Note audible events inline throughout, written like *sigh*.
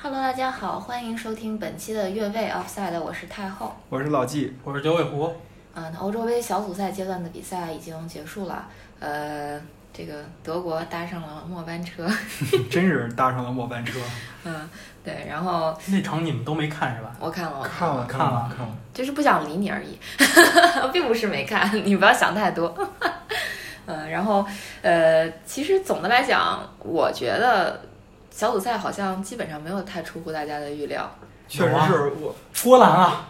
Hello，大家好，欢迎收听本期的越位 Offside，我是太后。我是老纪，我是九尾狐，嗯，欧洲杯小组赛阶段的比赛已经结束了，呃，这个德国搭上了末班车， *laughs* 真是搭上了末班车。嗯，对，然后那场你们都没看是吧？我看了，我看了看了了看了，就是不想理你而已， *laughs* 并不是没看，你不要想太多。 *laughs* 嗯，然后呃，其实总的来讲，我觉得小组赛好像基本上没有太出乎大家的预料。确有啊实是我。波兰啊，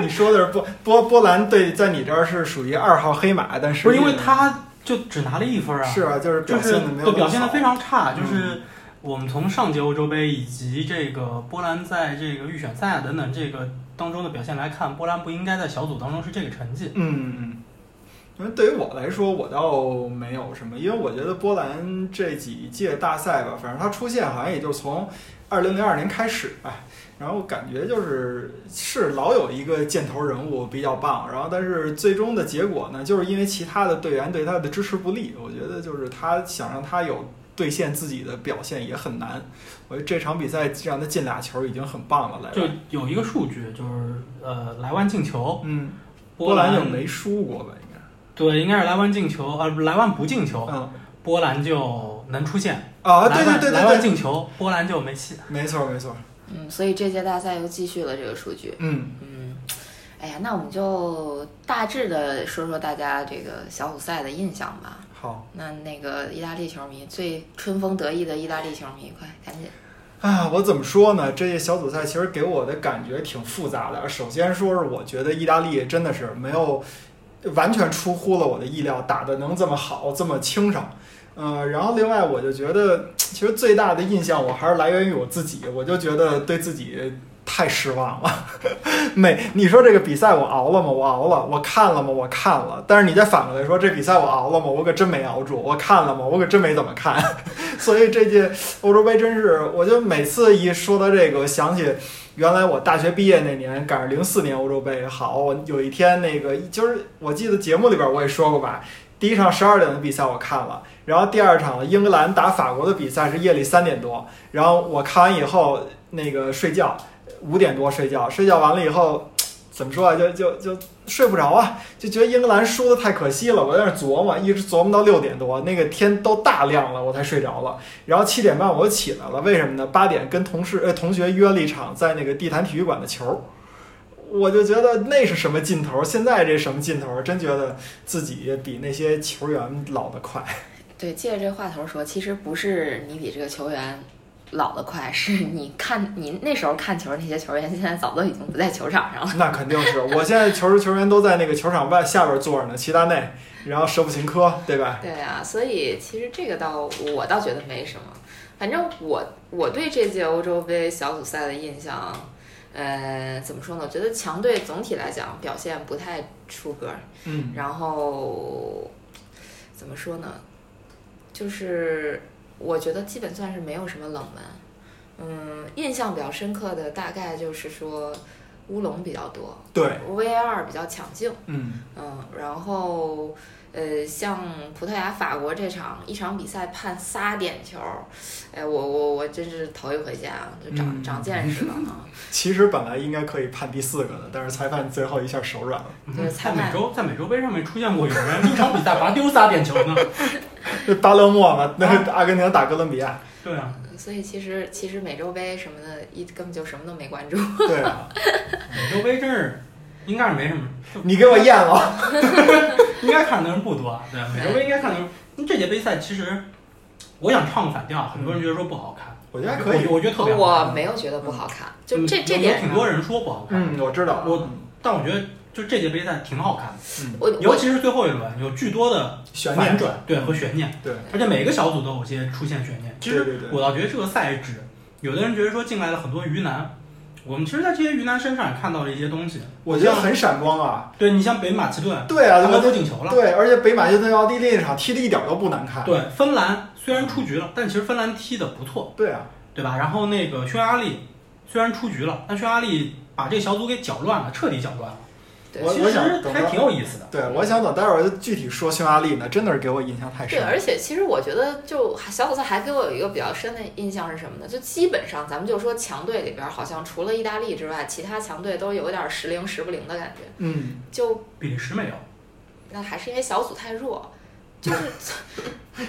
你说的是波波波兰队在你这儿是属于二号黑马，但是不是因为他就只拿了一分啊，是啊，就是就表是现的没有那对么表现的好非常差，嗯就是我们从上届欧洲杯以及这个波兰在这个预选赛啊等等这个当中的表现来看，波兰不应该在小组当中是这个成绩。嗯。嗯因为对于我来说，我倒没有什么，因为我觉得波兰这几届大赛吧，反正它出现好像也就从二零零二年开始吧，然后感觉就是是老有一个箭头人物比较棒，然后但是最终的结果呢，就是因为其他的队员对他的支持不利，我觉得就是他想让他有兑现自己的表现也很难。我觉得这场比赛让他进俩球已经很棒了，来就吧，有一个数据，就是呃，莱万进球，嗯，波波兰就没输过吧，应该，对，应该是莱万进球，呃，莱万不进球，嗯波兰就能出现啊，对莱对万对莱对万对，进球，波兰就没戏。没错没错，嗯，所以这届大赛又继续了这个数据。嗯嗯，哎呀，那我们就大致的说说大家这个小组赛的印象吧。好那那个意大利球迷最春风得意的意大利球迷，快赶紧！啊，我怎么说呢？这些小组赛其实给我的感觉挺复杂的。首先说是我觉得意大利真的是没有完全出乎了我的意料，打得能这么好，这么轻省。呃，然后另外我就觉得，其实最大的印象我还是来源于我自己，我就觉得对自己太失望了。 *laughs* 每你说这个比赛我熬了吗？我熬了，我看了吗？我看了。但是你再反过来说，这比赛我熬了吗？我可真没熬住。我看了吗？我可真没怎么看。 *laughs* 所以这届欧洲杯真是，我就每次一说到这个，我想起原来我大学毕业那年赶上零四年欧洲杯，好，我有一天那个就是我记得节目里边我也说过吧，第一场十二点的比赛我看了，然后第二场英格兰打法国的比赛是夜里三点多，然后我看完以后那个睡觉，五点多睡觉，睡觉完了以后怎么说啊，就就就睡不着啊，就觉得英格兰输的太可惜了，我在那儿琢磨，一直琢磨到六点多，那个天都大亮了，我才睡着了。然后七点半我就起来了，为什么呢？八点跟同事呃同学约了一场在那个地坛体育馆的球，我就觉得那是什么劲头？现在这什么劲头？真觉得自己比那些球员老得 *laughs* 快。对，借着这话头说，其实不是你比这个球员老得快，是你看你那时候看球那些球员，现在早都已经不在球场上了。那肯定是，我现在球球员都在那个球场外下边坐着呢，齐达内，然后舍甫琴科，对吧？对啊，所以其实这个倒我倒觉得没什么。反正我我对这届欧洲杯小组赛的印象，呃，怎么说呢？我觉得强队总体来讲表现不太出格，嗯，然后怎么说呢？就是我觉得基本算是没有什么冷门。嗯，印象比较深刻的大概就是说乌龙比较多对， ，VAR 比较抢镜。嗯，嗯，然后呃，像葡萄牙、法国这场一场比赛判仨点球，哎，我我我真是头一回见啊，就长、嗯长见识了啊！ *laughs* 其实本来应该可以判第四个的，但是裁判最后一下手软了， *laughs* 对裁在判美洲，在美洲杯上面出现过有人一场比赛罚丢仨点球呢。这巴勒莫嘛，那个阿根廷打哥伦比亚， *laughs* 对啊，所以其实其实美洲杯什么的，一根本就什么都没关注。对啊，美洲杯真是应该是没什么，就你给我验了。应该看的人不多啊。对，美洲杯应该看的人，那这届杯赛其实我想唱个反调，很多人觉得说不好看， *laughs* 我觉嗯得还可以我我觉得特别好看。我没有觉得不好看，就啊嗯这有这点啊有挺上，多人说不好看，嗯，我知道，我但我觉得就这届杯赛挺好看的，我尤我其是最后一轮有巨多的悬嗯反念，转，对和悬念，对，而且每个小组都有些出现悬念。其实对对对我倒觉得这个赛制，有的人觉得说进来了很多鱼腩，我们其实，在这些鱼腩身上也看到了一些东西。啊我觉得很闪光啊。对你像北马其顿，对啊，他们我都进球了。对，而且北马就对奥地利那场踢的一点都不难看。对，芬兰虽然出局了，但其实芬兰踢得不错，对啊，对吧？然后那个匈牙利虽然出局了，但匈牙利把这个小组给搅乱了，彻底搅乱了。对我其我实想等还到挺有意思的。对，啊我想等待会儿具体说匈牙利呢，真的是给我印象太对，深。而且其实我觉得，就小组赛还给我有一个比较深的印象是什么呢？就基本上咱们就说强队里边，好像除了意大利之外，其他强队都有点时灵时不灵的感觉。嗯，就比利时没有，那还是因为小组太弱，就是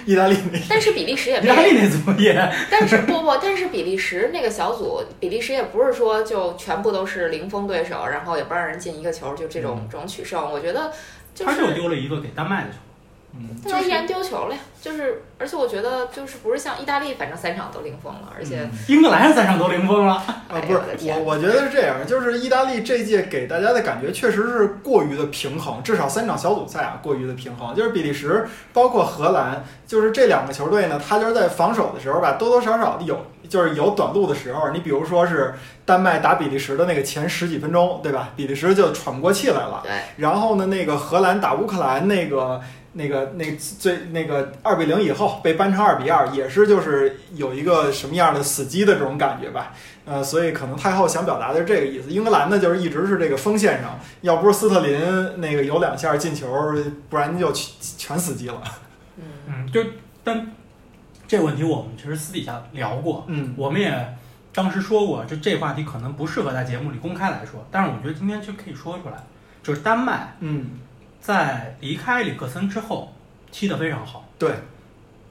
意大利那但是比利时也意大利没，那组也但是不不，但是比利时那个小组，比利时也不是说就全部都是零封对手，然后也不让人进一个球，就这种这种取胜，我觉得就。他就是丢了一个给丹麦的球。嗯，但他依然丢球了呀，就是，而且我觉得就是不是像意大利，反正三场都零封了，而且嗯英格兰三场都零封了，哎呦啊，不是我的我，天我觉得是这样，就是意大利这届给大家的感觉确实是过于的平衡，至少三场小组赛啊过于的平衡，就是比利时包括荷兰，就是这两个球队呢，他就是在防守的时候吧，多多少少地有就是有短路的时候，你比如说是丹麦打比利时的那个前十几分钟，对吧？比利时就喘不过气来了，对，然后呢，那个荷兰打乌克兰那个。那个那最那个二比零以后被扳成二比二，也是就是有一个什么样的死机的这种感觉吧，呃，所以可能太后想表达的是这个意思。英格兰呢，就是一直是这个锋线上，要不是斯特林那个有两下进球，不然就全全死机了。嗯，嗯，就但这个问题我们其实私底下聊过，嗯我们也当时说过，就这话题可能不适合在节目里公开来说，但是我觉得今天就可以说出来，就是丹麦嗯，在离开里克森之后踢得非常好，对，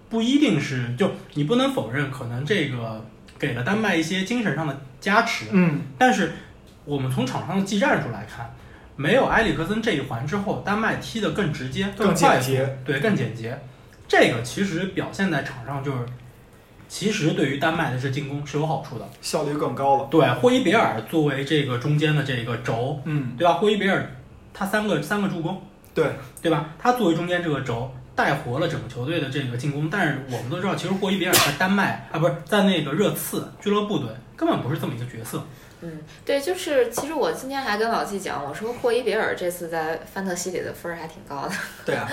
不一定是就你不能否认，可能这个给了丹麦一些精神上的加持，嗯但是我们从场上的技战术来看，没有埃里克森这一环之后，丹麦踢得更直接、更快简速，洁。对，更简洁。这个其实表现在场上就是，其实对于丹麦的这进攻是有好处的。效率更高了。对，霍伊别尔作为这个中间的这个轴，嗯，对吧？霍伊别尔他三个三个助攻，对对吧？他作为中间这个轴。带活了整个球队的这个进攻，但是我们都知道，其实霍伊别尔在丹麦啊，不是在那个热刺俱乐部队根本不是这么一个角色。嗯，对，就是其实我今天还跟老季讲，我说霍伊别尔这次在范特西里的分儿还挺高的，对啊，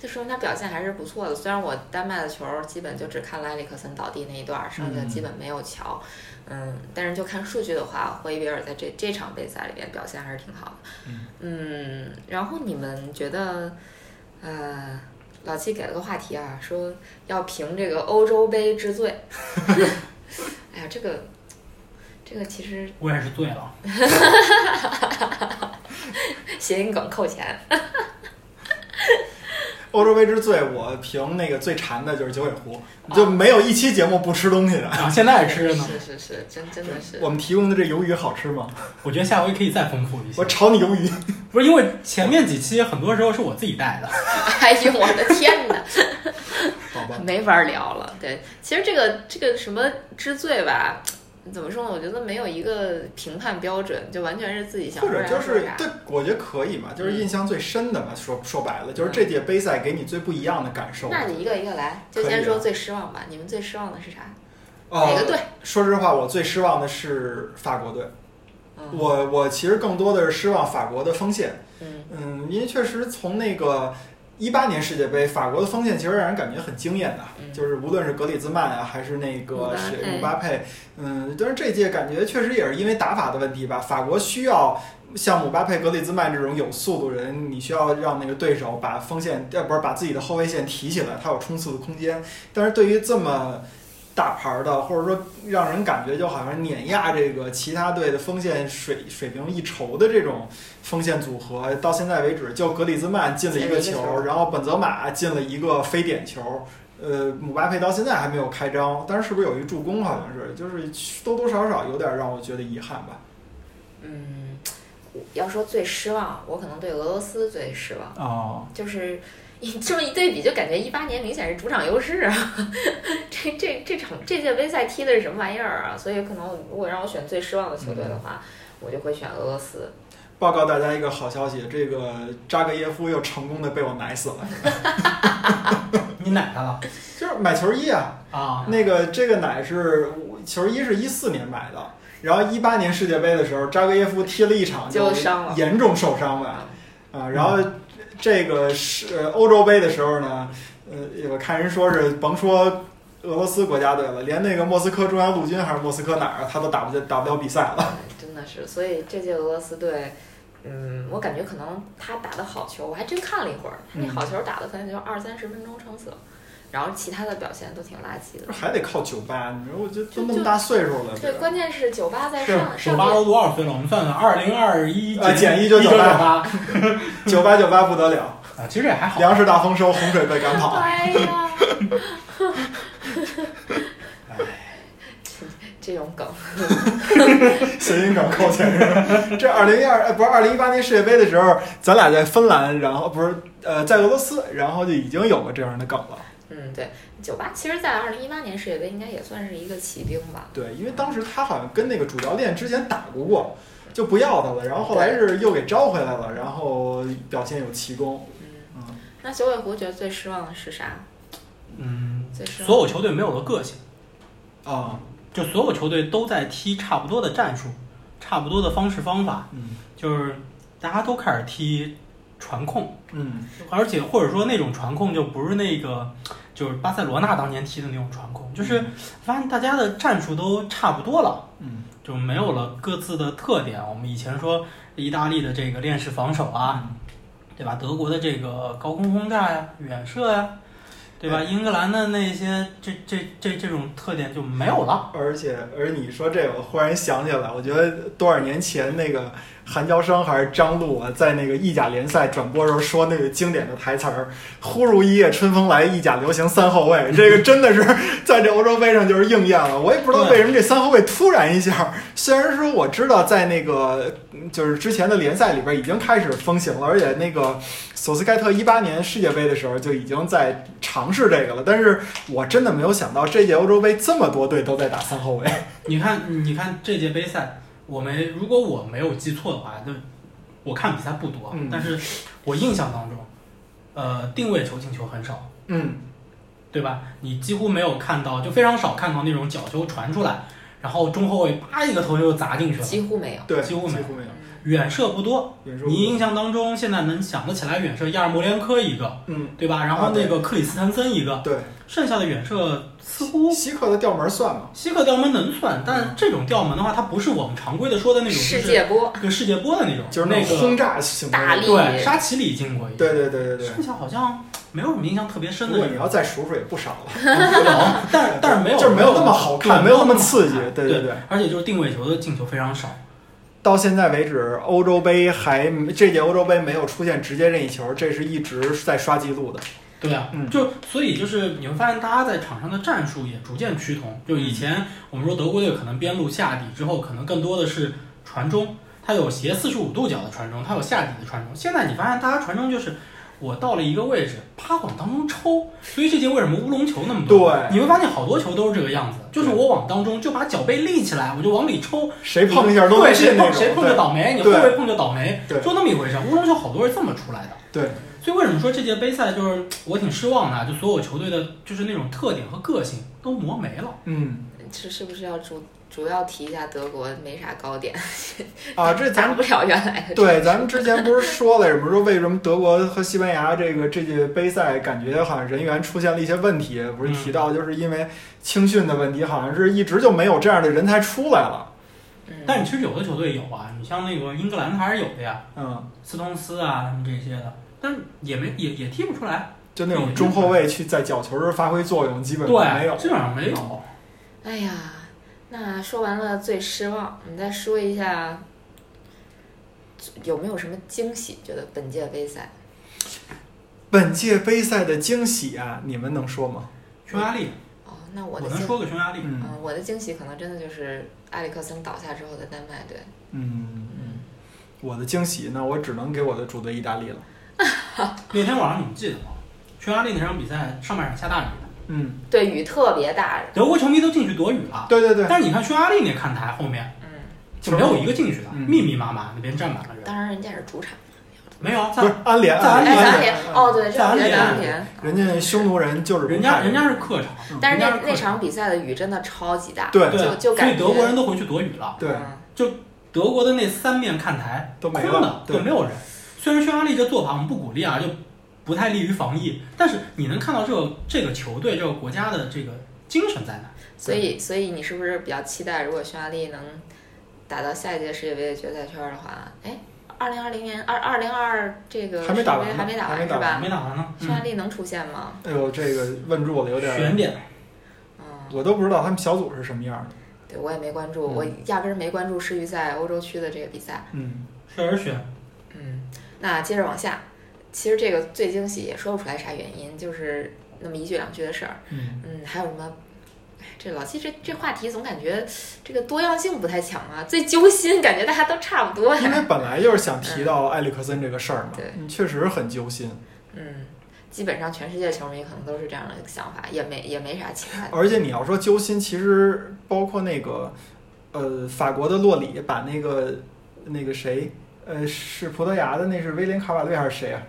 就说明他表现还是不错的。虽然我丹麦的球儿基本就只看了埃里克森倒地那一段儿，剩下基本没有瞧。嗯，但是就看数据的话，霍伊别尔在这这场杯赛里面表现还是挺好的。嗯然后你们觉得，呃，老季给了个话题啊，说要评这个欧洲杯之最。哎呀，这个，这个其实我也是醉了，谐音梗扣钱。欧洲杯之最，我评那个最馋的就是九尾狐，就没有一期节目不吃东西的。然后啊现在还吃着呢。是是是，真真的是我。们提供的这鱿鱼好吃吗？我觉得下回可以再丰富一些我。炒你鱿鱼。不是因为前面几期很多时候是我自己带的， *laughs* 哎呦，我的天哪，好吧，没法聊了。对，其实这个这个什么之最吧，怎么说呢？我觉得没有一个评判标准，就完全是自己想 *laughs* 或说者啥就说是啥。对，我觉得可以嘛，就是印象最深的嗯嘛。说说白了，就是这届杯赛给你最不一样的感受。那你一个一个来，就可以先说啊最失望吧。你们最失望的是啥？哦哪个队？说实话，我最失望的是法国队。嗯我我其实更多的是失望法国的锋线，嗯嗯，因为确实从那个一八年世界杯，法国的锋线其实让人感觉很惊艳的，嗯就是无论是格里兹曼啊，还是那个谁姆姆巴巴佩，嗯，但是这届感觉确实也是因为打法的问题吧，法国需要。像姆巴佩、格里兹曼这种有速度人，你需要让那个对手把锋线，呃，不是把自己的后卫线提起来，他有冲刺的空间。但是对于这么大牌儿的，或者说让人感觉就好像碾压这个其他队的锋线水水平一筹的这种锋线组合，到现在为止，就格里兹曼进了一个进了一个球，球然后本泽马进了一个非点球，呃，姆巴佩到现在还没有开张，但是是不是有一助攻？好像是，就是多多少少有点让我觉得遗憾吧。嗯，我要说最失望，我可能对俄罗斯最失望。哦，就是你这么一对比，就感觉一八年明显是主场优势啊。 *laughs* 这这这场这届杯赛踢的是什么玩意儿啊？所以可能如果让我选最失望的球队的嗯话，我就会选俄罗斯。报告大家一个好消息，这个扎格耶夫又成功的被我奶死了，你奶他了就是买球衣啊，啊？那个这个奶是我球衣是一四年买的，然后一八年世界杯的时候，扎格耶夫踢了一场就伤了嗯严重受伤吧，啊，然后这个是呃欧洲杯的时候呢，呃，我看人说是甭说。俄罗斯国家队了，连那个莫斯科中央 *laughs* 陆军还是莫斯科哪儿啊，他都打不进打不了比赛了。真的是，所以这届俄罗斯队，嗯，我感觉可能他打的好球，我还真看了一会儿，他那好球打的可能也就二三十分钟撑死，然后其他的表现都挺垃圾的。还得靠酒吧，你说我这就都那么大岁数了，对，关键是酒吧在是上手上嗯八面都多少岁了？我们算算，二零二一啊减一一九就九九八八啊，九八九八不得了，其实也还好。粮食大丰收，洪水被赶跑。哎呀，哎 *laughs* 这种梗，谐音梗扣钱是吧？ *laughs* 这二零一二呃不是二零一八年世界杯的时候，咱俩在芬兰，然后不是呃在俄罗斯，然后就已经有过这样的梗了。嗯，对，酒吧其实，在二零一八年世界杯应该也算是一个骑兵吧。对，因为当时他好像跟那个主教练之前打过过，就不要他了，然后后来是又给招回来了，然后表现有奇功。嗯，嗯，那九尾狐觉得最失望的是啥？嗯，最失望所有球队没有了个性，啊，就所有球队都在踢差不多的战术，差不多的方式方法，嗯就是大家都开始踢传控，嗯而且或者说那种传控就不是那个就是巴塞罗那当年踢的那种传控，就是发现大家的战术都差不多了。嗯就没有了各自的特点。我们以前说意大利的这个链式防守啊，，对吧？德国的这个高空轰炸呀、远射呀，对吧？英格兰的那些这这这这种特点就没有了。而且而你说这个，我忽然想起来，我觉得多少年前那个韩乔生还是张璐啊，在那个意甲联赛转播时候说那个经典的台词儿：“忽如一夜春风来，意甲流行三后卫。”这个真的是 *laughs* 在这欧洲杯上就是应验了。我也不知道为什么这三后卫突然一下，虽然说我知道在那个嗯就是之前的联赛里边已经开始风行了，而且那个索斯盖特一八年世界杯的时候就已经在尝试这个了，但是我真的没有想到这届欧洲杯这么多队都在打三后卫。你看，你看这届杯赛，我没如果我没有记错的话，就我看比赛不多，嗯但是我印象当中，呃，定位球进球很少。嗯，对吧？你几乎没有看到，就非常少看到那种角球传出来，然后中后卫啪一个头球砸进去了，几乎没有。嗯对，几几乎没有没有。远射不多，远射你印象当中现在能想得起来远射亚尔莫连科一个，嗯，对吧？然后那个克里斯滕森一个，对，剩下的远射似乎希克的吊门算吗？希克吊门能算，但这种吊门的话，它不是我们常规的说的那种世就是界波，对世界波的那种，就是那种轰个炸型的大力对沙奇里进过一个，对对对对对。剩下好像没有什么印象特别深如的果这你种，要再数数也不少了， *laughs* 有但但是没有就是没有那么好看，对没有那么刺激好。看对对对，而且就是定位球的进球非常少，到现在为止，欧洲杯还这届欧洲杯没有出现直接任意球，这是一直在刷记录的。对啊，嗯就所以就是你会发现，大家在场上的战术也逐渐趋同。就嗯以前我们说德国队可能边路下底之后，可能更多的是传中，它有斜四十五度角的传中，它有下底的传中。现在你发现大家传中就是我到了一个位置，啪往当中抽，所以这届为什么乌龙球那么多？对你会发现好多球都是这个样子，就是我往当中就把脚背立起来，我就往里抽，谁碰一下都对能谁进那碰种。谁碰就对倒霉，你后对卫碰就倒霉，对就那么一回事。乌龙球好多是这么出来的。对，所以为什么说这届杯赛就是我挺失望的啊，就所有球队的就是那种特点和个性都磨没了。嗯这是不是要主主要提一下德国没啥高 *laughs* 点，啊，这咱达不了原来的？对，咱们之前不是说了什么？说为什么德国和西班牙这个这届杯赛感觉好像人员出现了一些问题？不是提嗯到就是因为青训的问题，好像是一直就没有这样的人才出来了。嗯，但其实有的球队有啊，你像那个英格兰它还是有的呀，嗯，斯通斯啊什么这些的，但也没也也踢不出来，就那种中后卫去在角球时发挥作用，基本上没有对，。基本上没有。哎呀，那说完了最失望，你再说一下有没有什么惊喜？觉得本届杯赛，本届杯赛的惊喜啊，你们能说吗？匈牙利，哦，那我我的能惊，说个匈牙利，嗯、嗯我的惊喜可能真的就是埃里克森倒下之后的丹麦队。嗯，嗯，我的惊喜那我只能给我的主队意大利了。那天晚上你们记得吗？匈牙利那场比赛上半场下大雨，嗯，对，雨特别大，德国球迷都进去躲雨了，对对对，啊但是你看匈牙利那看台后面嗯，就没有一个进去的，嗯密密麻麻那边站满了人，当然人家是主场，没有啊不在是安联，在安哎，联咱联，哦，对，这咱咱联联，人家匈奴人就是不人家看人家是客场，嗯但是人那家客那场比赛的雨真的超级大，对对，就啊就所感以觉德国人都回去躲雨了。对嗯德国的那三面看台都没空了的，，对对，没有人。虽然匈牙利这做法我们不鼓励啊，就不太利于防疫，但是你能看到这个这个球队、这个国家的这个精神在哪？所以，所以你是不是比较期待，如果匈牙利能打到下一届世界杯的决赛圈的话，哎，二零二零年二二零二二这个还没打世界杯完呢还没打还完没嗯是打还吧？没打完呢，啊匈牙利能出现吗？哎呦，这个问住我了，有点悬儿，点，嗯，我都不知道他们小组是什么样的。对我也没关注，嗯我压根儿没关注世预赛欧洲区的这个比赛。嗯，确实悬。嗯，那接着往下，其实这个最惊喜也说不出来啥原因，就是那么一句两句的事儿。嗯，嗯，还有什么？哎，这老季这这话题总感觉这个多样性不太强啊，最揪心，感觉大家都差不多因呀。为本来就是想提到埃里克森这个事儿嘛对，嗯确实很揪心。嗯，基本上全世界球迷可能都是这样的想法，也没也没啥其他的。而且你要说揪心，其实包括那个，呃，法国的洛里把那个那个谁，呃，是葡萄牙的，那是威廉卡瓦略还是谁啊？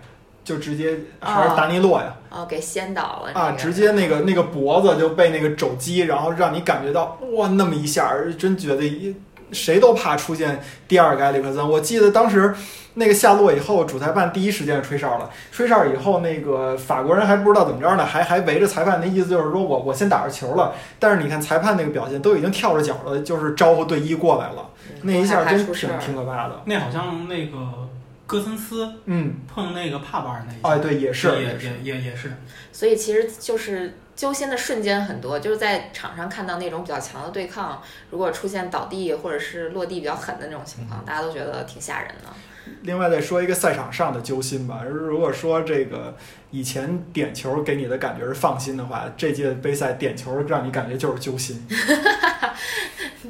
就直接还是达尼洛呀哦，给掀倒了、这个、啊！直接那个那个脖子就被那个肘击，然后让你感觉到哇，那么一下儿，真觉得一谁都怕出现第二个埃里克森。我记得当时那个下落以后，主裁判第一时间吹哨了，吹哨以后，那个法国人还不知道怎么着呢，还还围着裁判，那意思就是说我我先打着球了。但是你看裁判那个表现，都已经跳着脚了，就是招呼队医过来了，嗯那一下害怕真出事挺儿挺可怕的。那好像那个戈森斯嗯，碰那个帕巴尔那一下，哎，对，也是，也也是也也也是，所以其实就是揪心的瞬间很多，就是在场上看到那种比较强的对抗，如果出现倒地或者是落地比较狠的那种情况，大家都觉得挺吓人的。另外再说一个赛场上的揪心吧。如果说这个以前点球给你的感觉是放心的话，这届杯赛点球让你感觉就是揪心。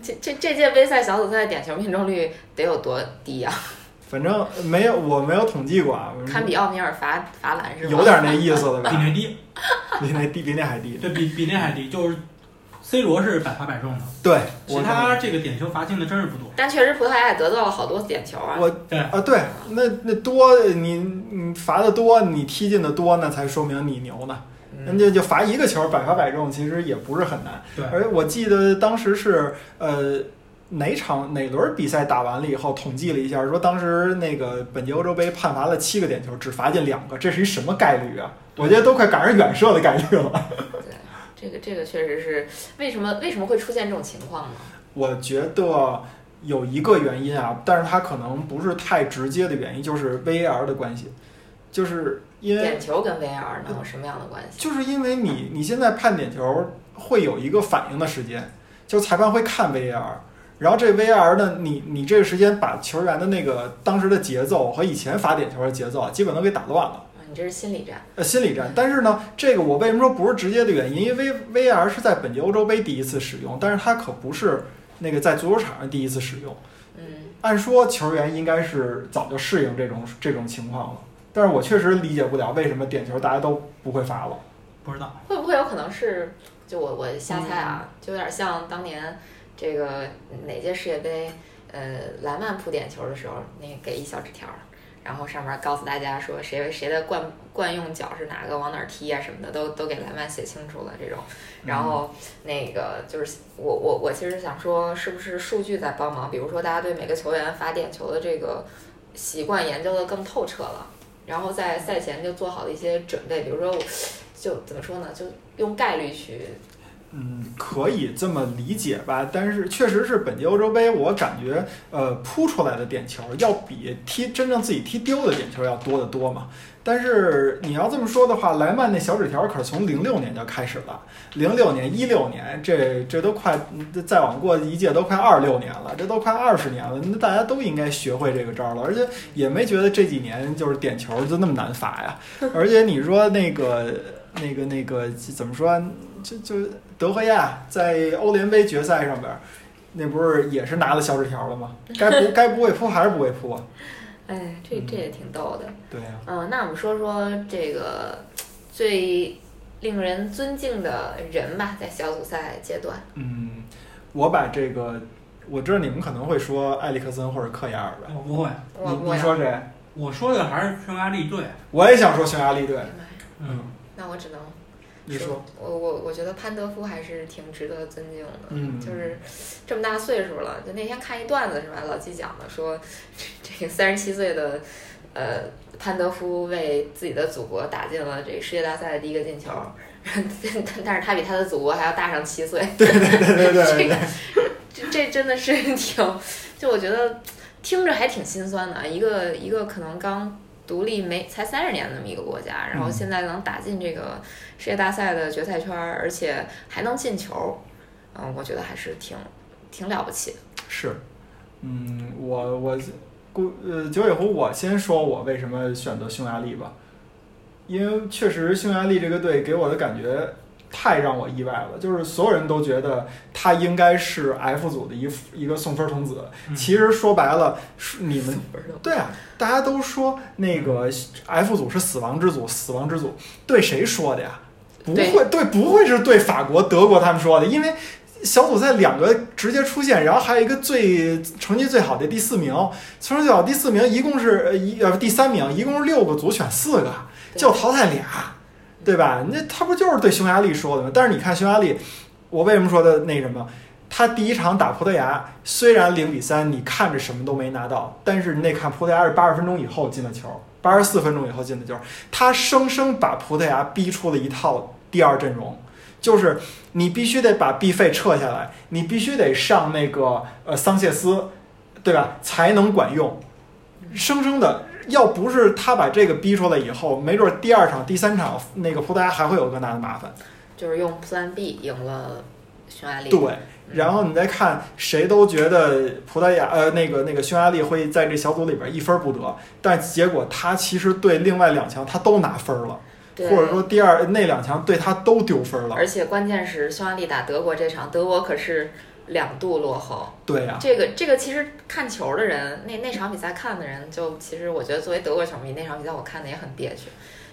这这这届杯赛小组赛点球命中率得有多低啊？反正没有，我没有统计过啊，堪比奥尼尔罚罚篮是吗？有点那意思了比吧？那低，比那低，比那还低。对比比那还低，就是 C 罗是百发百中的，对，其我他这个点球罚进的真是不多。但确实葡萄牙也得到了好多点球啊。我对啊，对，那那多你你罚的多，你踢进的多，那才说明你牛呢。人嗯家就罚一个球，百发百中，其实也不是很难。对而我记得当时是呃哪场哪轮比赛打完了以后，统计了一下，说当时那个本届欧洲杯判罚了七个点球，只罚进两个，这是一什么概率啊？我觉得都快赶上远射的概率了。这个这个确实是为什么为什么会出现这种情况呢？我觉得有一个原因啊，但是它可能不是太直接的原因，就是 VAR 的关系，就是因为点球跟 VR 能有什么样的关系？就是因为你你现在判点球会有一个反应的时间，就裁判会看 VAR，然后这 VAR 呢，你你这个时间把球员的那个当时的节奏和以前罚点球的节奏啊，基本都给打乱了。啊你这是心理战。呃，心理战。但是呢，这个我为什么说不是直接的原因？因为 V VR 是在本届欧洲杯第一次使用，但是它可不是那个在足球场上第一次使用。嗯，按说球员应该是早就适应这种这种情况了，但是我确实理解不了为什么点球大家都不会罚了。不知道，会不会有可能是就我我瞎猜啊，就有点像当年这个哪届世界杯，呃，莱曼扑点球的时候，那个给一小纸条儿。然后上面告诉大家说谁谁的惯惯用脚是哪个往哪儿踢啊什么的，都都给莱曼写清楚了这种。然后那个就是我我我其实想说，是不是数据在帮忙？比如说大家对每个球员罚点球的这个习惯研究的更透彻了，然后在赛前就做好了一些准备，比如说我就怎么说呢，就用概率去嗯，可以这么理解吧，但是确实是本届欧洲杯，我感觉呃扑出来的点球要比踢真正自己踢丢的点球要多得多嘛。但是你要这么说的话，莱曼那小纸条可是从零六年就开始了，零六年、一六年，这这都快嗯再往过一届都快二六年了，这都快二十年了，那大家都应该学会这个招了，而且也没觉得这几年就是点球就那么难罚呀。而且你说那个那个那个怎么说？就就德赫亚在欧联杯决赛上边儿，那不是也是拿了小纸条了吗？该 *laughs* 不该不会扑还是不会扑啊？哎，这这也挺逗的。对啊呀、嗯，那我们说说这个最令人尊敬的人吧，在小组赛阶段，嗯，我把这个，我知道你们可能会说埃里克森或者克亚尔吧？我不会，我你我你呀说谁？我说的还是匈牙利队，我也想说匈牙利队哎。呀妈呀嗯，那我只能你说， *laughs* 我我我觉得潘德夫还是挺值得尊敬的，嗯就是这么大岁数了。就那天看一段子是吧？老季讲的说，这个三十七岁的呃潘德夫为自己的祖国打进了这世界大赛的第一个进球， *laughs* 但是他比他的祖国还要大上七岁。对对对 *laughs* 对这个这这真的是挺，就我觉得听着还挺心酸的。啊一个一个可能刚独立没才三十年那么一个国家，然后嗯现在能打进这个世界大赛的决赛圈儿，而且还能进球，嗯，我觉得还是挺挺了不起的。是，嗯，我我估呃九尾狐，我先说我为什么选择匈牙利吧，因为确实匈牙利这个队给我的感觉太让我意外了，就是所有人都觉得他应该是 F 组的一一个送分童子，嗯其实说白了，是你们不是对啊，大家都说那个 F 组是死亡之组，死亡之组，对谁说的呀？不对会，对，不会是对法国、德国他们说的，因为小组赛两个直接出线，然后还有一个最成绩最好的第四名，成绩最好第四名一共是呃一呃第三名，一共是六个组选四个，对就淘汰俩，对吧？那他不就是对匈牙利说的吗？但是你看匈牙利，我为什么说的那什么？他第一场打葡萄牙，虽然零比三，你看着什么都没拿到，但是你得看葡萄牙是八十分钟以后进的球，八十四分钟以后进的球，他生生把葡萄牙逼出了一套第二阵容，就是你必须得把 B 费撤下来，你必须得上那个呃桑切斯，对吧？才能管用，生生的。要不是他把这个逼出来以后，没准第二场、第三场那个葡萄牙还会有更大的麻烦。就是用 Plan B 赢了匈牙利。对，然后你再看，谁都觉得葡萄牙呃那个那个匈牙利会在这小组里边一分不得，但结果他其实对另外两强他都拿分了，对或者说第二那两强对他都丢分了。而且关键是匈牙利打德国这场，德国可是两度落后。对啊呀、这个这个其实看球的人，那那场比赛看的人，就其实我觉得作为德国球迷，那场比赛我看的也很憋屈，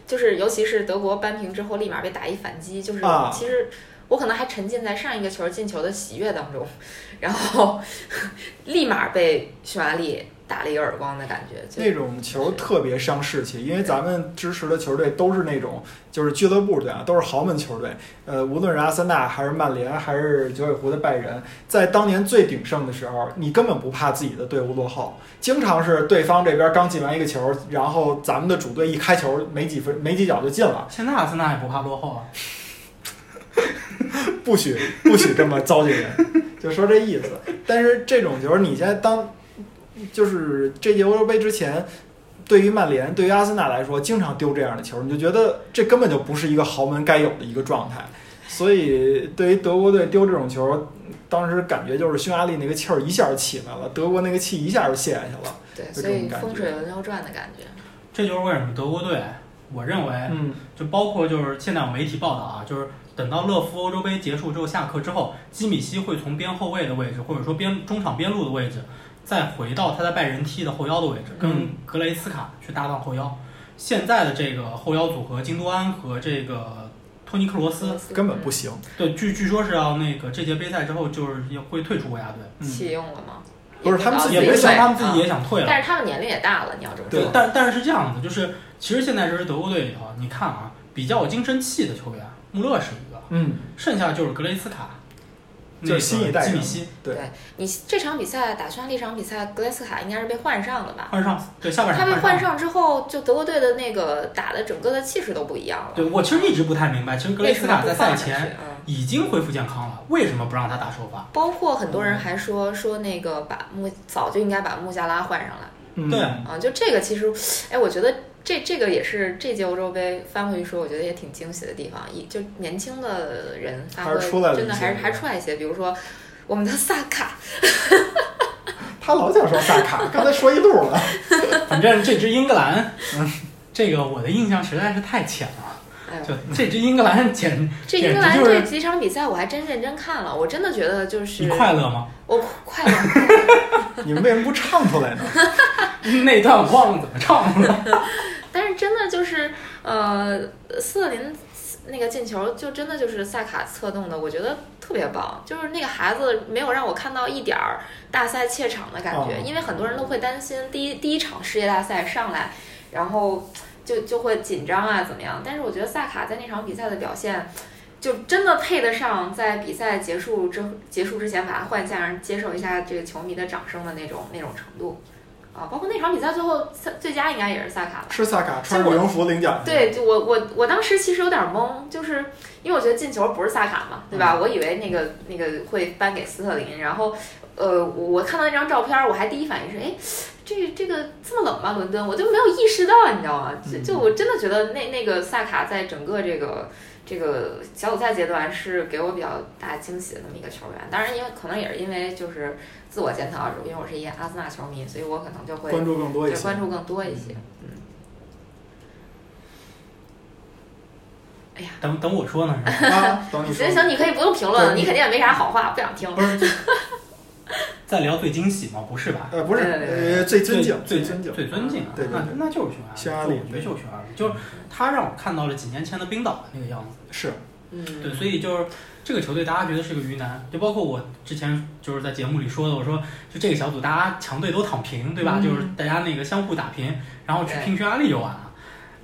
就是尤其是德国扳平之后立马被打一反击，就是啊其实我可能还沉浸在上一个球进球的喜悦当中， *laughs* 然后 *laughs* 立马被匈牙利打了一个耳光的感觉，就那种球特别伤士气，因为咱们支持的球队都是那种就是俱乐部队啊，都是豪门球队。呃，无论是阿森纳还是曼联还是九尾狐的拜仁，在当年最鼎盛的时候，你根本不怕自己的队伍落后，经常是对方这边刚进完一个球，然后咱们的主队一开球没几分没几脚就进了，现在阿森纳也不怕落后啊，不许不许这么糟践人，就说这意思。但是这种球，你现在当就是这届欧洲杯之前，对于曼联、对于阿森纳来说，经常丢这样的球，你就觉得这根本就不是一个豪门该有的一个状态。所以对于德国队丢这种球，当时感觉就是匈牙利那个气儿一下起来了，德国那个气一下就泄下去了。对，这所以种感觉风水轮流转的感觉，这就是为什么德国队，我认为嗯，就包括就是现在有媒体报道啊，就是等到勒夫欧洲杯结束之后下课之后，基米希会从边后卫的位置，或者说边中场边路的位置，再回到他在拜仁踢的后腰的位置，跟嗯格雷斯卡去搭档后腰。现在的这个后腰组合，京多安和这个托尼克罗斯，根本不行。对，据据说是要那个这届杯赛之后就是也会退出国家队，嗯弃用了吗？不是他们自己也也不不是想想他们自己也想退了。啊但是他们年龄也大了，你要这么对说，但但是是这样的，就是其实现在这支德国队里头，你看啊，比较有精神气的球员，穆勒是一个，嗯，剩下就是格雷斯卡，就是新一代基人米希对你这场比赛打匈牙利这场比赛，格雷斯卡应该是被换上的吧？换上，对下半他场被换上。上之后，就德国队的那个打的整个的气势都不一样了。对我其实一直不太明白，其实格雷为斯什卡么在不赛放上去前嗯，已经恢复健康了，为什么不让他打首发？ *laughs* 包括很多人还说说那个把穆早就应该把穆加拉换上来嗯对啊，就这个其实，哎，我觉得这这个也是这届欧洲杯翻回去说，我觉得也挺惊喜的地方，一就年轻的人发还是出来挥了真的一些还是还是出来一些，比如说我们的萨卡，他老想说萨卡，刚才说一路了。反正这支英格兰，嗯这个我的印象实在是太浅了，哎呦，就这支英格兰简这英格简直兰就是这几场比赛我还真认真看了，我真的觉得就是你快乐吗？我快乐。你们为什么不唱出来呢？那段我忘了怎么唱了。但是真的就是，呃，斯特林那个进球就真的就是萨卡策动的，我觉得特别棒。就是那个孩子没有让我看到一点儿大赛怯场的感觉，哦因为很多人都会担心第一第一场世界大赛上来，然后就就会紧张啊怎么样。但是我觉得萨卡在那场比赛的表现。就真的配得上在比赛结束之结束之前把他换下，让人接受一下这个球迷的掌声的那种那种程度。啊，包括那场比赛最后最最佳应该也是萨卡吧。是萨卡穿羽绒服领奖，对，就我我我当时其实有点懵，就是因为我觉得进球不是萨卡嘛，对吧？嗯我以为那个那个会颁给斯特林，然后呃，我我看到那张照片，我还第一反应是，哎，这这个这么冷吗？伦敦，我就没有意识到，你知道吗？就就嗯我真的觉得那那个萨卡在整个这个。这个小组赛阶段是给我比较大惊喜的那么一个球员，当然因为可能也是因为就是自我检讨，啊因为我是一个阿森纳球迷，所以我可能就会关注更多一对些。嗯关注更多一些。等等我说呢，是吧 *laughs* 啊，等你说行。行，你可以不用评论，对你肯定也没啥好话，不想听。不是就在聊最惊喜吗？不是吧？呃，不是，对对对呃，最尊敬，最尊敬，最尊敬啊！对对对那那就是匈牙匈利，牙利我觉得就是匈牙利，就是他让我看到了几年前的冰岛的那个样子。是嗯，对，所以就是这个球队，大家觉得是个鱼腩，就包括我之前就是在节目里说的，我说就这个小组，大家强队都躺平，对吧？嗯就是大家那个相互打平，然后去拼匈牙利就完了。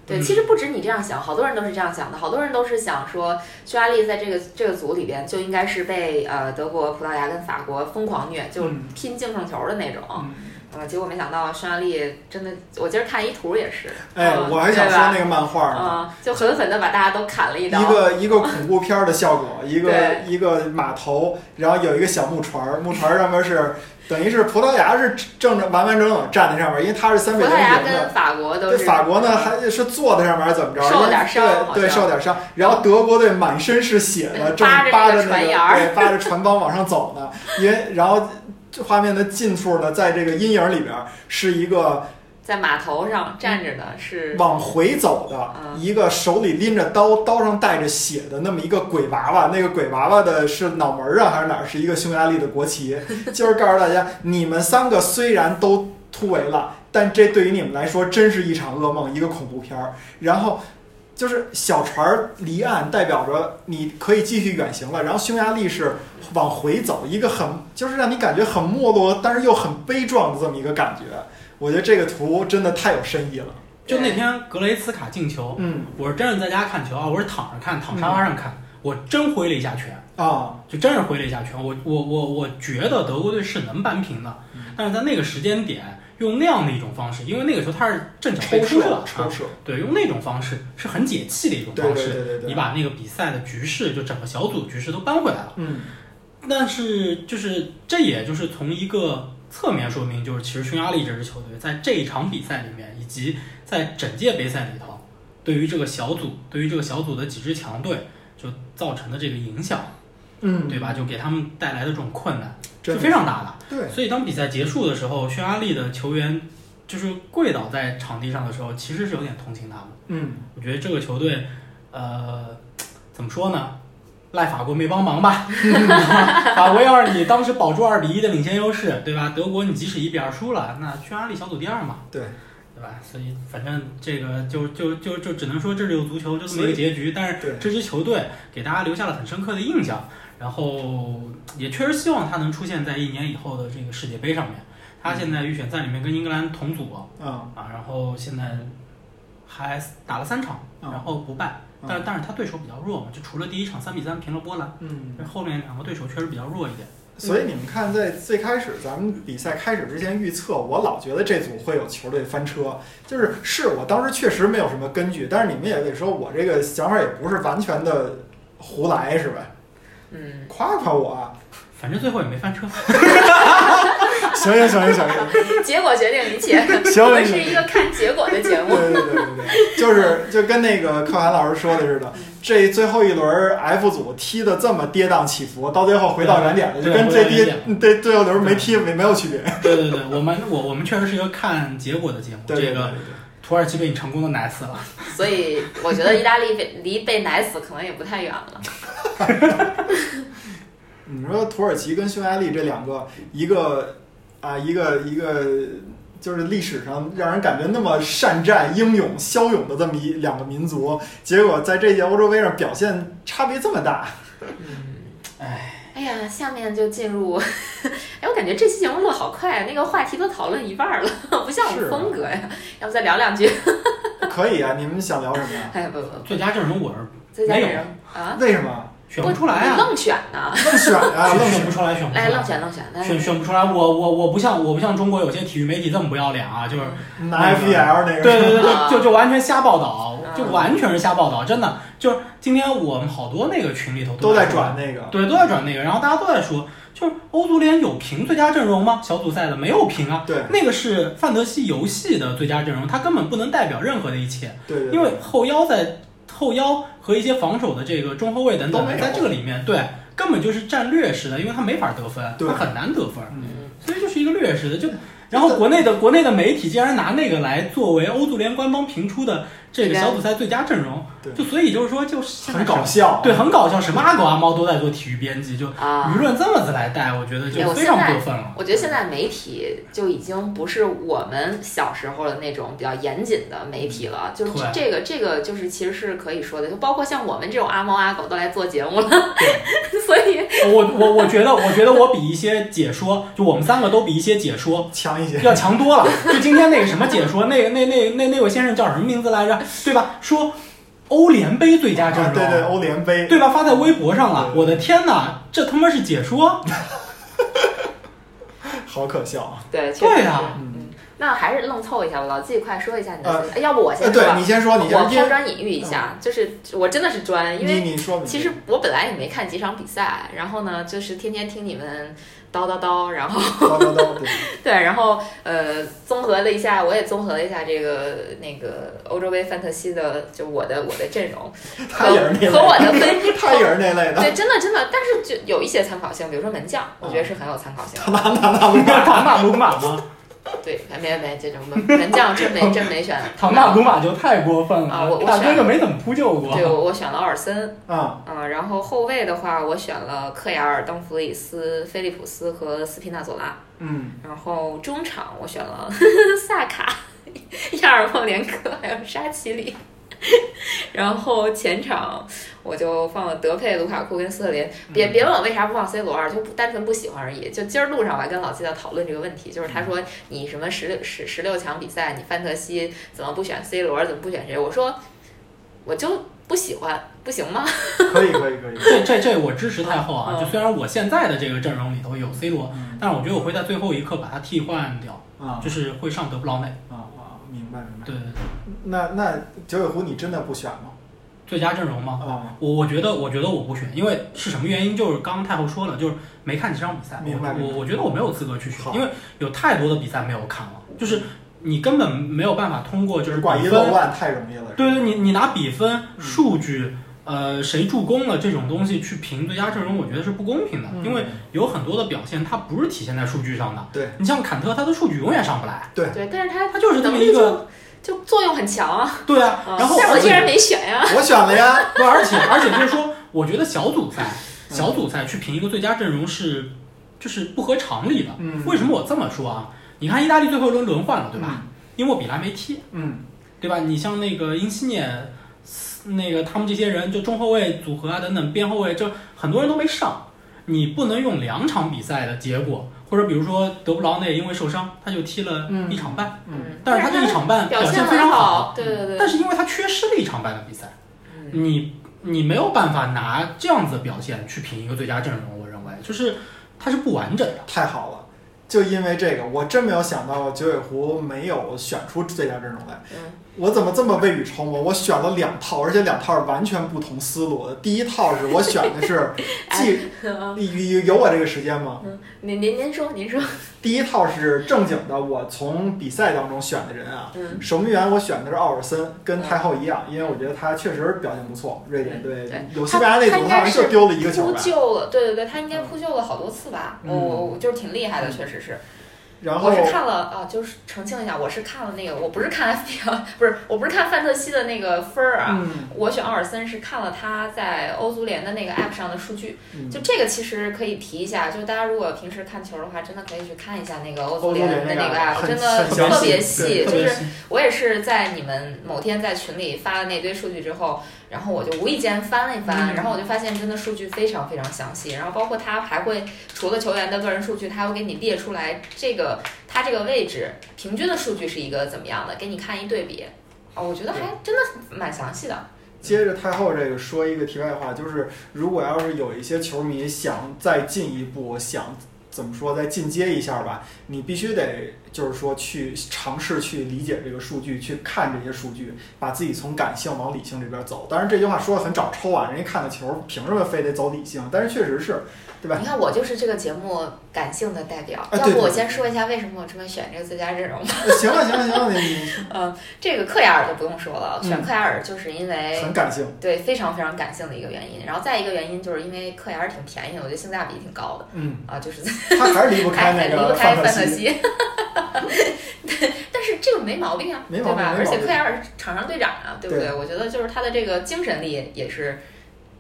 对，嗯其实不止你这样想，好多人都是这样想的，好多人都是想说，匈牙利在这个这个组里边就应该是被呃德国、葡萄牙跟法国疯狂虐，就嗯拼净胜球的那种。嗯啊，结果没想到匈牙利真的，我今儿看一图也是，哎，嗯我还想对说吧那个漫画呢，嗯，就狠狠的把大家都砍了一一刀。个一个恐怖片儿的效果，一个对一个码头，然后有一个小木船儿，木船儿上面是等于是葡萄牙是正正完完整整站在上面，因为它是三葡比零萄牙赢跟的。法国都对是嗯法国呢，还是坐在上面还是怎么着？受了点伤因为好对对，像受了点伤。然后德国队满身是血 *laughs* 的，正扒着那个扒着那船沿个儿对扒着船帮往上走呢。因为然后这画面的近处呢，在这个阴影里边儿是一个在码头上站着的是，往回走的嗯一个手里拎着刀，刀上带着血的那么一个鬼娃娃，那个鬼娃娃的是脑门儿啊还是哪儿？是一个匈牙利的国旗，就是告诉大家，你们三个虽然都突围了，但这对于你们来说真是一场噩梦，一个恐怖片儿。然后。就是小船儿离岸，代表着你可以继续远行了。然后匈牙利是往回走，一个很就是让你感觉很没落，但是又很悲壮的这么一个感觉。我觉得这个图真的太有深意了。就那天格雷茨卡进球，嗯我是真是在家看球啊，我是躺着看，躺沙发上看，我真挥了一下拳。啊，就真是挥了一下拳。我我我我觉得德国队是能扳平的嗯，但是在那个时间点用那样的一种方式，因为那个时候他是正巧被抽出射了，抽啊射，对，用那种方式是很解气的一种对方对式。对对对，你把那个比赛的局势，就整个小组局势都扳回来了。嗯但是就是这也就是从一个侧面说明，就是其实匈牙利这支球队在这一场比赛里面，以及在整届杯赛里头，对于这个小组，对于这个小组的几支强队，就造成的这个影响。嗯，对吧？就给他们带来的这种困难真是的非常大的。对，所以当比赛结束的时候，匈牙利的球员就是跪倒在场地上的时候，其实是有点同情他们。嗯我觉得这个球队，呃，怎么说呢？赖法国没帮忙吧？ *laughs* 法国要是你当时保住二比一的领先优势，对吧？德国你即使一比二输了，那匈牙利小组第二嘛，对对吧？所以反正这个就就就就只能说这就是足球就这么一所以个结局。但是对，这支球队给大家留下了很深刻的印象，然后也确实希望他能出现在一年以后的这个世界杯上面。他现在预选赛里面跟英格兰同组啊，啊然后现在还打了三场，嗯然后不败，嗯但但是他对手比较弱嘛，就除了第一场三比三平了波兰，嗯，后面两个对手确实比较弱一点。所以你们看，在最开始咱们比赛开始之前预测，我老觉得这组会有球队翻车，就是是我当时确实没有什么根据，但是你们也得说我这个想法也不是完全的胡来，是吧？嗯，夸夸我啊，反正最后也没翻车，行行行行行行。结果决定一切。行我们是一个看结果的节目。对对对对对， *laughs* 就是就跟那个可汗老师说的似的，这最后一轮儿 F 组踢的这么跌宕起伏，到最后回到原点了，就对跟这回到第原对最后轮没踢没没有区别。 *laughs* 对对对，我们我我们确实是一个看结果的节目，对对对这个对土耳其被你成功的奶死了，所以我觉得意大利被离被奶死可能也不太远了。你说土耳其跟匈牙利这两个，一个啊一个一个就是历史上让人感觉那么善战、英勇、骁勇的这么一两个民族，结果在这届欧洲杯上表现差别这么大。哎呀，下面就进入， *laughs* 哎，我感觉这期节目录得好快啊，那个话题都讨论一半了，不像我是啊们风格呀。要不再聊两句？ *laughs* 可以啊，你们想聊什么呀？哎，不不，最佳阵容我是最佳没有阵容啊，为什么？选不出来啊，愣选呢？愣选 *laughs* 啊，选愣选选不出来，选不出来，愣来。选愣选，来选选不出来，我我我不像我不像中国有些体育媒体这么不要脸啊，就是拿 FBL E 那个，对对对，啊就就就完全瞎报道，啊就完全是瞎报道，真的就是今天我们好多那个群里头都在说转那个，对，都在转那个，然后大家都在说，就是欧足联有评最佳阵容吗？小组赛的没有评啊，对那个是范德西游戏的最佳阵容，它根本不能代表任何的一切，对对，因为后腰在后腰和一些防守的这个中后卫等等都没，有在这个里面，对，根本就是战略式的，因为他没法得分，对他很难得分，嗯所以就是一个略式的就。然后国内的国内的媒体竟然拿那个来作为欧足联官方评出的这个小组赛最佳阵容对，就所以就是说就是很搞笑，对，很搞笑，什么阿狗阿猫都在做体育编辑，就啊舆。论这么子来带，我觉得哎就我非常现在过分了。我觉得现在媒体就已经不是我们小时候的那种比较严谨的媒体了，就是对这个这个就是其实是可以说的，就包括像我们这种阿猫阿狗都来做节目了， *laughs* 所以我我我觉得，我觉得我比一些解说，就我们三个都比一些解 *laughs* 说强一些，要强多了。就今天那个什么解说，那个那那那那位先生叫什么名字来着？对吧？说欧联杯最佳阵啊容，对对，欧联杯，对吧？发在微博上了。对我的天哪，这他妈是解说？好可笑啊！对，确实对是呀、嗯，那还是愣凑一下吧，老季快说一下你的呃心得，哎要不我呃，先说对吧，你先说，你我先，抛因为砖引玉一下，就是我真的是砖，因为你你说，其实我本来也没看几场比赛，然后呢，就是天天听你们叨叨叨，然后 *laughs* 叨叨叨，对对，然后呃，综合了一下，我也综合了一下这个那个欧洲杯范特西的，就我的我的阵容 *laughs* 他也是那类和我的 *laughs* 分支他也是那类 *laughs* 的，对，真的真的，但是就有一些参考性，比如说门将，我觉得是很有参考性的。啊唐纳鲁马吗？ *laughs* 嗯对，没没这种门门将真没真没选唐纳鲁马就太过分了，啊我我大哥选就没怎么扑救过。对，我我选了奥尔森，啊，嗯，然后后卫的话，我选了克亚尔、邓弗里斯、菲利普斯和斯皮纳佐拉。嗯，然后中场我选了 *laughs* 萨卡、亚尔莫连科还有沙奇里，然后前场我就放了德佩、卢卡库跟斯特林。嗯别别问我为啥不放 C 罗二，就不单纯不喜欢而已。就今儿路上我还跟老季在讨论这个问题，就是嗯他说你什么十六十十六强比赛，你范特西怎么不选 C 罗，怎么不选谁？我说我就不喜欢，不行吗？ *laughs* 可以可以可以， *laughs* 这这这我支持太后啊！嗯就虽然我现在的这个阵容里头有 C 罗，嗯但是我觉得我会在最后一刻把他替换掉，啊就是会上德布劳内。啊啊，明白明白。对对对，那那九尾狐你真的不选吗？最佳阵容嘛，啊，我我觉得我觉得我不选，因为是什么原因？就是刚刚太后说了，就是没看几场比赛，明白我明白我我觉得我没有资格去选好，因为有太多的比赛没有看了，就是你根本没有办法通过就是挂比一分漏万太容易了，对对，你你拿比分、数据，呃，谁助攻了这种东西去评最佳阵容，我觉得是不公平的，嗯因为有很多的表现它不是体现在数据上的。对，你像坎特，他的数据永远上不来，对，但是他他就是这么能力一个，就就作用很强啊。对啊。嗯然后但是我而竟然且没选呀、嗯我选了呀，不，而且而且就是说，我觉得小组赛嗯小组赛去评一个最佳阵容是就是不合常理的。嗯为什么我这么说啊？你看意大利最后一轮轮换了，对吧？因为我比莱没踢。嗯，对吧？你像那个因西涅，那个他们这些人，就中后卫组合啊等等，边后卫，就很多人都没上。你不能用两场比赛的结果，或者比如说德布劳内因为受伤，他就踢了嗯一场半，嗯，但是他这一场半表现非很常好，嗯对对对。但是因为他缺失了一场半的比赛，你你没有办法拿这样子的表现去评一个最佳阵容，我认为就是它是不完整的。太好了。就因为这个，我真没有想到九尾狐没有选出最佳阵容来。嗯我怎么这么未雨绸缪？我选了两套，而且两套是完全不同思路的。第一套是我选 *laughs* 的是既哎有有我这个时间吗？您您您说您说，嗯第一套是正经的，我从比赛当中选的人啊。嗯，守门员我选的是奥尔森，跟太后一样，因为我觉得他确实表现不错。瑞典队对有西班牙那他组，应他该好像是就丢了一个球扑吧。救了，对对对，他应该扑救了好多次吧？嗯我我我就是挺厉害的，确实是。然后我是看了啊，就是澄清一下，我是看了那个，我不是看 FPL，不是我不是看范特西的那个分儿啊。嗯，我选奥尔森是看了他在欧足联的那个 App 上的数据，嗯就这个其实可以提一下，就大家如果平时看球的话，真的可以去看一下那个欧足欧足联联的那那个个 App，很真的很详特别细细，对就特别是是我也是在你们某天在群里发了那堆数据之后，然后我就无意间翻了一翻，嗯然后我就发现真的数据非常非常详细，然后包括他还会除了球员的个人数据，他还会给你列出来这个他这个位置平均的数据是一个怎么样的，给你看一对比。哦，我觉得还真的蛮详细的。接着太后这个说一个题外话，就是如果要是有一些球迷想再进一步，想怎么说再进阶一下吧，你必须得就是说去尝试去理解这个数据，去看这些数据，把自己从感性往理性这边走。当然这句话说的很找抽啊，人家看的球凭什么非得走理性？但是确实是，对吧你？看我就是这个节目感性的代表，对要不对我对先说一下为什么我这么选这个最佳阵容吧。行了行了行了， *laughs* 你这个克亚尔就不用说了，选嗯克亚尔就是因为你很感性，对非常非常感性的一个原因，然后再一个原因就是因为克亚尔挺便宜，我觉得性价比挺高的嗯，啊，就是他还是离不开那哎离不个开范范特特西，西。 *laughs* 但是这个没毛病啊，没对毛病吧？没而毛且病克亚尔场上队长啊，对不对我觉得就是他的这个精神力也是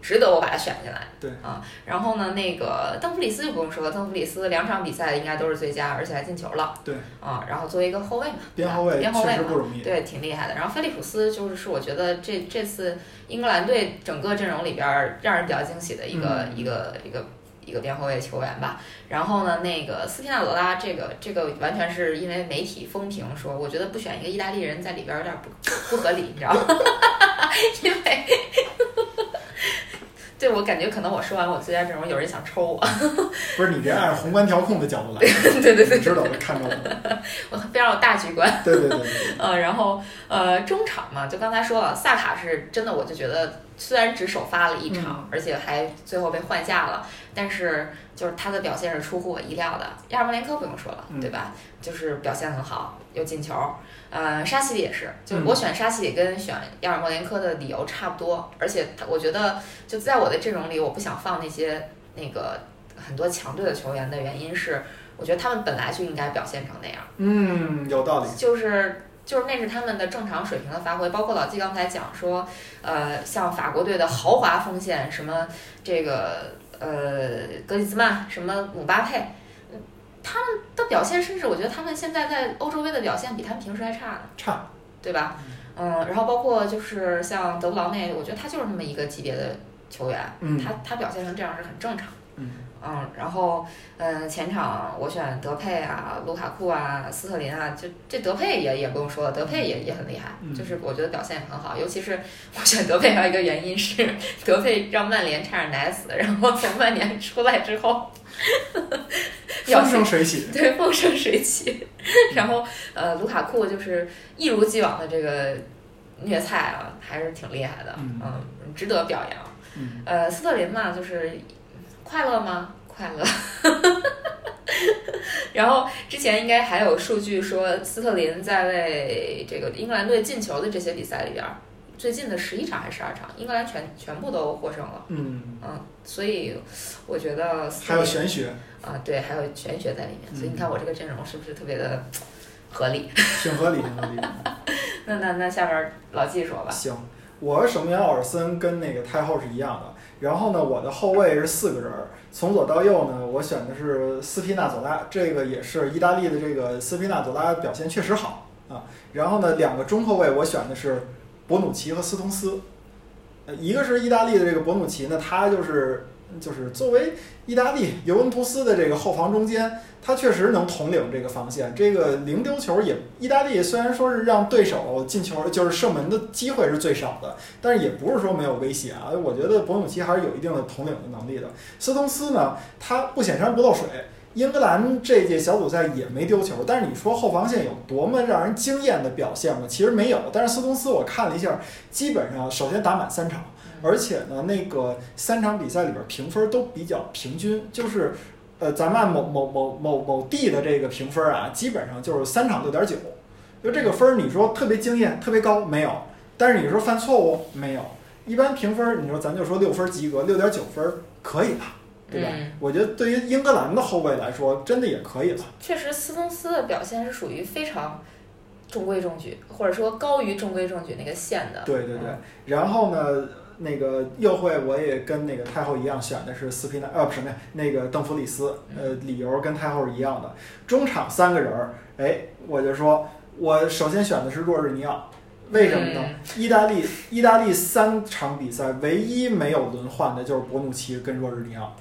值得我把他选进来。对啊，然后呢，那个邓弗里斯就不用说了，邓弗里斯两场比赛应该都是最佳，而且还进球了。对啊，然后作为一个后卫嘛，边后卫边后确卫实嘛不。容易。对，挺厉害的。然后菲利普斯就是是我觉得这这次英格兰队整个阵容里边儿让人比较惊喜的一个、嗯一个一个一个边后卫球员吧。然后呢，那个斯皮纳罗拉这个这个完全是因为媒体风评说，我觉得不选一个意大利人在里边儿有点不不合理，你知道吗？ *laughs* 因为对我感觉可能我说完我最佳阵容，有人想抽我。 *laughs* 不是你这按宏观调控的角度来，对对对你知道的，看到的，我非常有大局观。 *laughs* 对对对对，呃，然后呃，中场嘛，就刚才说了，萨卡是真的，我就觉得虽然只首发了一场，嗯而且还最后被换下了，但是就是他的表现是出乎我意料的。亚尔莫连科不用说了，嗯对吧？就是表现很好，又进球。呃，沙奇里也是，就是嗯我选沙奇里跟选亚尔莫连科的理由差不多，而且他我觉得就在我的阵容里，我不想放那些那个很多强队的球员的原因是，我觉得他们本来就应该表现成那样。嗯，有道理，就是就是那是他们的正常水平的发挥，包括老季刚才讲说，呃，像法国队的豪华锋线，什么这个呃格里兹曼，什么姆巴佩，嗯他们的表现，甚至我觉得他们现在在欧洲杯的表现比他们平时还差呢，差，对吧？嗯，然后包括就是像德布劳内，我觉得他就是那么一个级别的球员，嗯他他表现成这样是很正常。嗯嗯，然后嗯，前场我选德佩啊、卢卡库啊、斯特林啊，就这德佩也也不用说了，德佩也也很厉害，嗯就是我觉得表现也很好。尤其是我选德佩还有一个原因是，德佩让曼联差点奶死，然后从曼联出来之后，表现风生水起，对风生水起。然后呃，卢卡库就是一如既往的这个虐菜啊，还是挺厉害的，嗯嗯，值得表扬。嗯，呃，斯特林嘛，就是快乐吗？快乐。 *laughs* 然后之前应该还有数据说，斯特林在为这个英格兰队进球的这些比赛里边儿，最近的十一场还是十二场，英格兰全全部都获胜了。嗯，嗯，所以我觉得斯还特有嗯林玄学，啊，对，还有玄学在里面。所以你看我这个阵容是不是特别的合理？挺合理，挺合理。那那那下边儿老季说吧。行，我是守门员奥尔森跟那个太后是一样的。然后呢，我的后卫是四个人儿，从左到右呢，我选的是斯皮纳佐拉，这个也是意大利的这个斯皮纳佐拉表现确实好啊。然后呢，两个中后卫我选的是博努奇和斯通斯，呃，一个是意大利的这个博努奇呢，他就是就是作为意大利尤文图斯的这个后防中间，他确实能统领这个防线，这个零丢球也，意大利虽然说是让对手进球，就是射门的机会是最少的，但是也不是说没有威胁啊。我觉得博努奇还是有一定的统领的能力的。斯通斯呢，他不显山不漏水。英格兰这届小组赛也没丢球，但是你说后防线有多么让人惊艳的表现吗？其实没有。但是斯通斯我看了一下，基本上首先打满三场，嗯而且呢，那个三场比赛里边评分都比较平均，就是呃，咱们按某某某某某地的这个评分啊，基本上就是三场六点九，就这个分儿，你说特别惊艳、特别高没有？但是你说犯错误没有？一般评分儿，你说咱就说六分儿及格，六点九分儿可以了，对吧？嗯我觉得对于英格兰的后卫来说，真的也可以了。确实，斯通斯的表现是属于非常中规中矩，或者说高于中规中矩那个线的。嗯对对对，然后呢，那个右会我也跟那个太后一样选的是斯皮纳，呃，不是那那个邓弗里斯，呃，理由跟太后是一样的。中场三个人儿，哎，我就说我首先选的是若日尼奥，为什么呢？意大利意大利三场比赛唯一没有轮换的就是博努奇跟若日尼奥，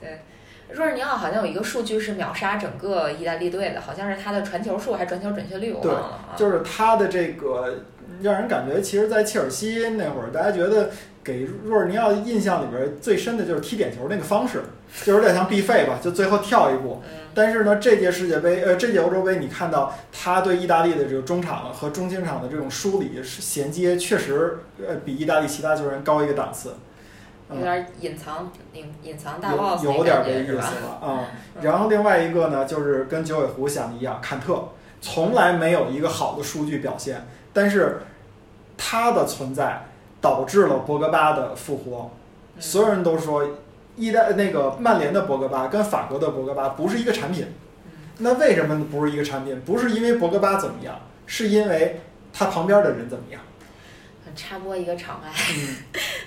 若日尼奥好像有一个数据是秒杀整个意大利队的，好像是他的传球数还是传球准确率，我忘了啊。就是他的这个让人感觉，其实，在切尔西那会儿，大家觉得给若尔尼奥印象里边最深的就是踢点球那个方式，就有点像必费吧，就最后跳一步。嗯但是呢，这届世界杯，呃，这届欧洲杯，你看到他对意大利的这个中场和中前场的这种梳理是衔接，确实呃比意大利其他球员高一个档次，有嗯，点隐藏隐隐藏大 boss 有有那点感这觉意思是吧？了啊。然后另外一个呢，就是跟九尾狐想的一样，坎特从来没有一个好的数据表现，但是他的存在导致了博格巴的复活。嗯所有人都说，意大那个曼联的博格巴跟法国的博格巴不是一个产品。那为什么不是一个产品？不是因为博格巴怎么样，是因为他旁边的人怎么样。插播一个场外，嗯，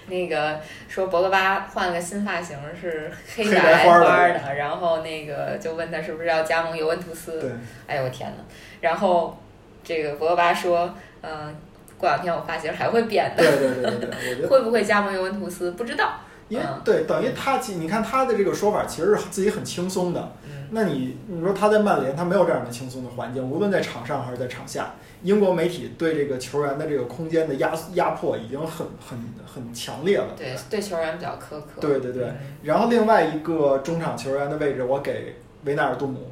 那个说博格巴换了个新发型是黑黑白白花花儿的的，然后那个就问他是不是要加盟尤文图 *laughs* 斯，对，哎呦我天呐，然后这个博格巴说，嗯、过两天我发型还会变的，对对对对对，我觉得，会不会加盟尤文图斯不知道。因为对，等于他其，你看他的这个说法其实是自己很轻松的。嗯，那你你说他在曼联，他没有这样的轻松的环境，无论在场上还是在场下，英国媒体对这个球员的这个空间的压压迫已经很很很强烈了。对，对球员比较苛刻。对对对嗯然后另外一个中场球员的位置，我给维纳尔杜姆。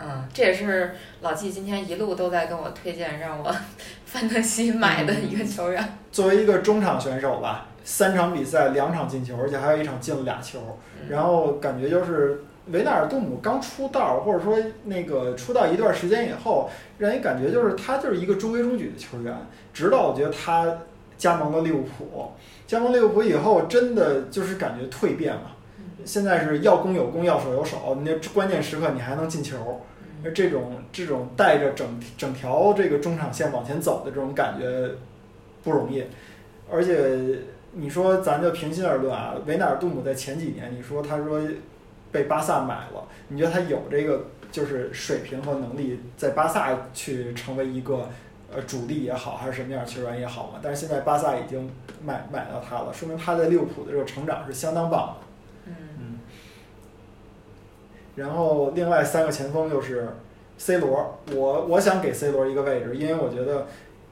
嗯，这也是老纪今天一路都在跟我推荐让我 *laughs* 范德嗯西买的一个球员。作为一个中场选手吧，三场比赛两场进球，而且还有一场进了俩球，然后感觉就是维纳尔杜姆刚出道，或者说那个出道一段时间以后，让人感觉就是他就是一个中规中矩的球员，直到我觉得他加盟了利物浦，加盟利物浦以后，真的就是感觉蜕变了。现在是要攻有攻，要守有守，你这关键时刻你还能进球，嗯而这种这种带着整整条这个中场线往前走的这种感觉不容易，而且你说咱就平心而论啊，维纳尔杜姆在前几年，你说他说被巴萨买了，你觉得他有这个就是水平和能力在巴萨去成为一个呃主力也好，还是什么样的球员也好嘛？但是现在巴萨已经买买到他了，说明他在利物浦的这个成长是相当棒的。嗯，嗯，然后另外三个前锋就是 C 罗，我我想给 C 罗一个位置，因为我觉得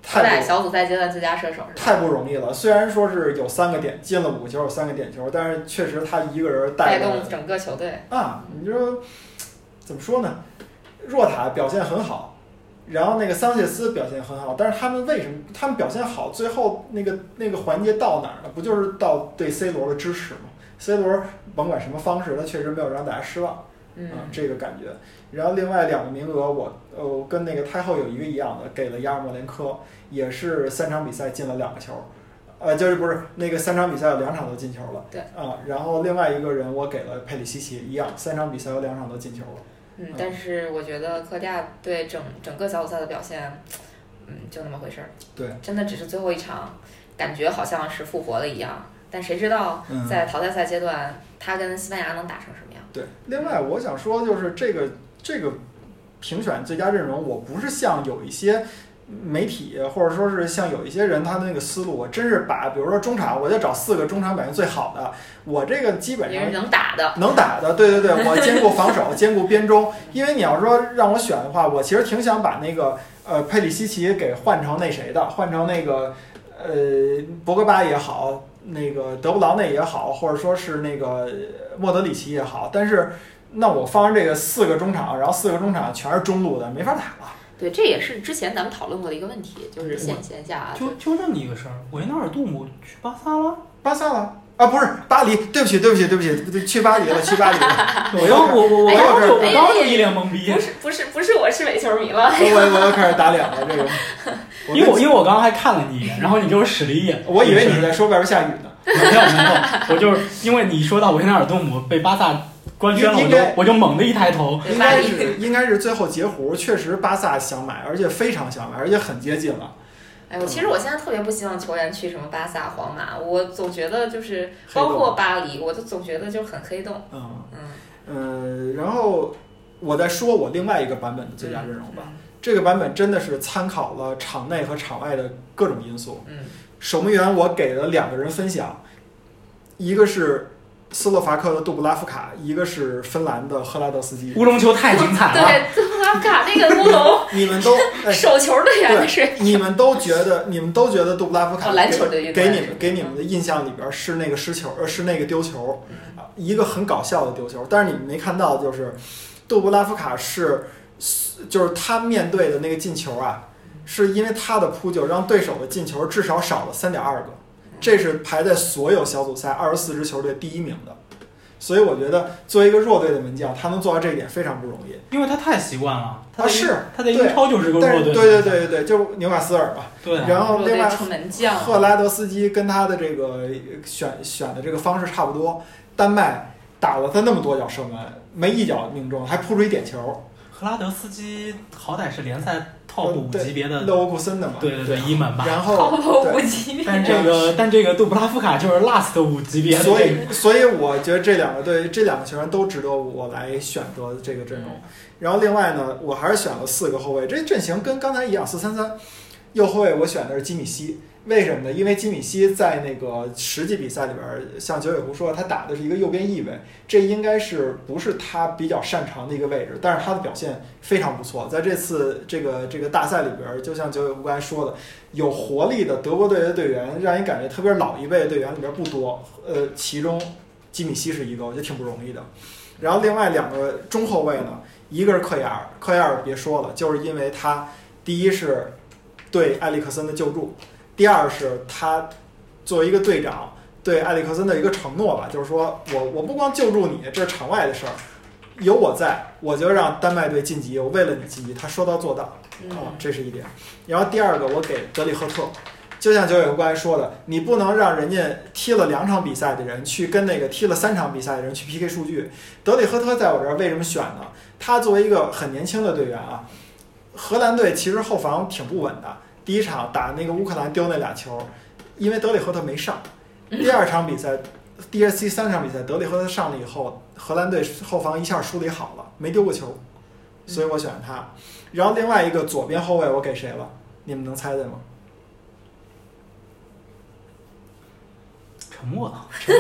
好太歹不小组赛阶段最佳射手是吧？太不容易了。虽然说是有三个点进了五个球，有三个点球，但是确实他一个人带带动动整个球队。嗯啊，你说怎么说呢？若塔表现很好，然后那个桑切斯表现很好，但是他们为什么他们表现好？最后那个那个环节到哪儿了？不就是到对 C 罗的支持吗？C 罗甭管什么方式，他确实没有让大家失望。嗯，嗯，这个感觉。然后另外两个名额我，呃我跟那个太后有一个一样的，给了亚尔莫连科，也是三场比赛进了两个球，呃，就是不是那个三场比赛有两场都进球了。对啊、然后另外一个人我给了佩里西奇，一样，三场比赛有两场都进球了。嗯，但是我觉得科迪亚对整整个小组赛的表现，嗯，就那么回事儿。对，真的只是最后一场，感觉好像是复活了一样，但谁知道嗯哦在淘汰赛阶段他跟西班牙能打成什么样？对，另外我想说就是这个这个评选最佳阵容，我不是像有一些媒体或者说是像有一些人他的那个思路，我真是把比如说中场，我就找四个中场表现最好的，我这个基本也上是能打的。能打的，对对对，我兼顾防守，兼顾边中。因为你要说让我选的话，我其实挺想把那个呃佩里西奇给换成那谁的，换成那个呃博格巴也好，那个德布劳内也好，或者说是那个呃莫德里奇也好。但是那我放上这个四个中场，然后四个中场全是中路的，没法打了。对，这也是之前咱们讨论过的一个问题，就是线线下纠纠正你一个事儿，维纳尔杜姆去巴萨了。巴萨了啊，不是巴黎，对不起，对不起，对不起，对去巴黎了，去巴黎了。我又我我我哎刚就哎我刚就一脸懵逼不，是不是不是我是伪球迷 *laughs* 了，我我又开始打脸了，这个。我因为我因为我刚刚还看了你一眼，然后你给我使了一眼， *laughs* 我以为你没在说外边下雨呢。有没有，我就是因为你说到维纳尔杜姆被巴萨官宣了，应我应就该我就猛地一抬头，对应巴该黎是应该是最后截胡，确实巴萨想买，而且非常想买，而且很接近了。哎，我其实我现在特别不希望球员去什么巴萨、皇马，我总觉得就是包括巴黎，我就总觉得就很黑洞。嗯嗯，呃，然后我再说我另外一个版本的最佳阵容吧。这个版本真的是参考了场内和场外的各种因素。嗯，守门员我给了两个人分享，一个是斯洛伐克的杜布拉夫卡，一个是芬兰的赫拉德斯基。乌龙球太精彩了，对，卡卡那个乌 *laughs* 龙你们都哎，手球队员的是对，你们都觉得，你们都觉得杜布拉夫卡哦篮球的给运动给员你们给你们的印象里边是那个失球，呃，是那个丢球，啊一个很搞笑的丢球。但是你们没看到，就是杜布拉夫卡是，就是他面对的那个进球啊，是因为他的扑救让对手的进球至少少了三点二个，嗯这是排在所有小组赛二十四支球队第一名的。所以我觉得，作为一个弱队的门将，他能做到这一点非常不容易。因为他太习惯了，他啊在英是他在英对超就是个但弱是，队，对对对对对，就是纽卡斯尔吧。对啊，然后弱另队外出门将，赫拉德斯基跟他的这个选选的这个方式差不多，丹麦打了他那么多脚射门，没一脚命中，还扑出一点球，赫拉德斯基好歹是联赛 top 五嗯对级别的，勒沃库森的嘛。嗯对对对，一门吧。然跑后跑无对，极，但这个但这个杜布拉夫卡就是 last 五级别的这个，所以所以我觉得这两个队这两个球员都值得我来选择这个阵容。然后另外呢，我还是选了四个后卫，这阵型跟刚才一样，四三三。右后卫我选的是基米希，为什么呢？因为基米希在那个实际比赛里边儿，像九尾狐说，他打的是一个右边翼位，这应该是不是他比较擅长的一个位置，但是他的表现非常不错，在这次这个这个大赛里边儿，就像九尾狐刚才说的，有活力的德国队的队员，让人感觉特别是老一辈的队员里边儿不多，呃，其中基米希是一个，我觉得挺不容易的。然后另外两个中后卫呢，一个是克亚尔，克亚尔别说了，就是因为他第一是对埃里克森的救助，第二是他作为一个队长对埃里克森的一个承诺吧，就是说我我不光救助你，这是场外的事儿，有我在，我就让丹麦队晋级，我为了你晋级，他说到做到。啊，嗯，这是一点。然后第二个，我给德里赫特，就像九尾狐刚才说的，你不能让人家踢了两场比赛的人去跟那个踢了三场比赛的人去 PK 数据。德里赫特在我这儿为什么选呢？他作为一个很年轻的队员啊，荷兰队其实后防挺不稳的。第一场打那个乌克兰丢那俩球，因为德里赫特没上。第二场比赛，DSC 三场比赛，德里赫特上了以后，荷兰队后防一下梳理好了，没丢过球，所以我选他。然后另外一个左边后卫我给谁了？你们能猜对吗？ *laughs* 沉默了。这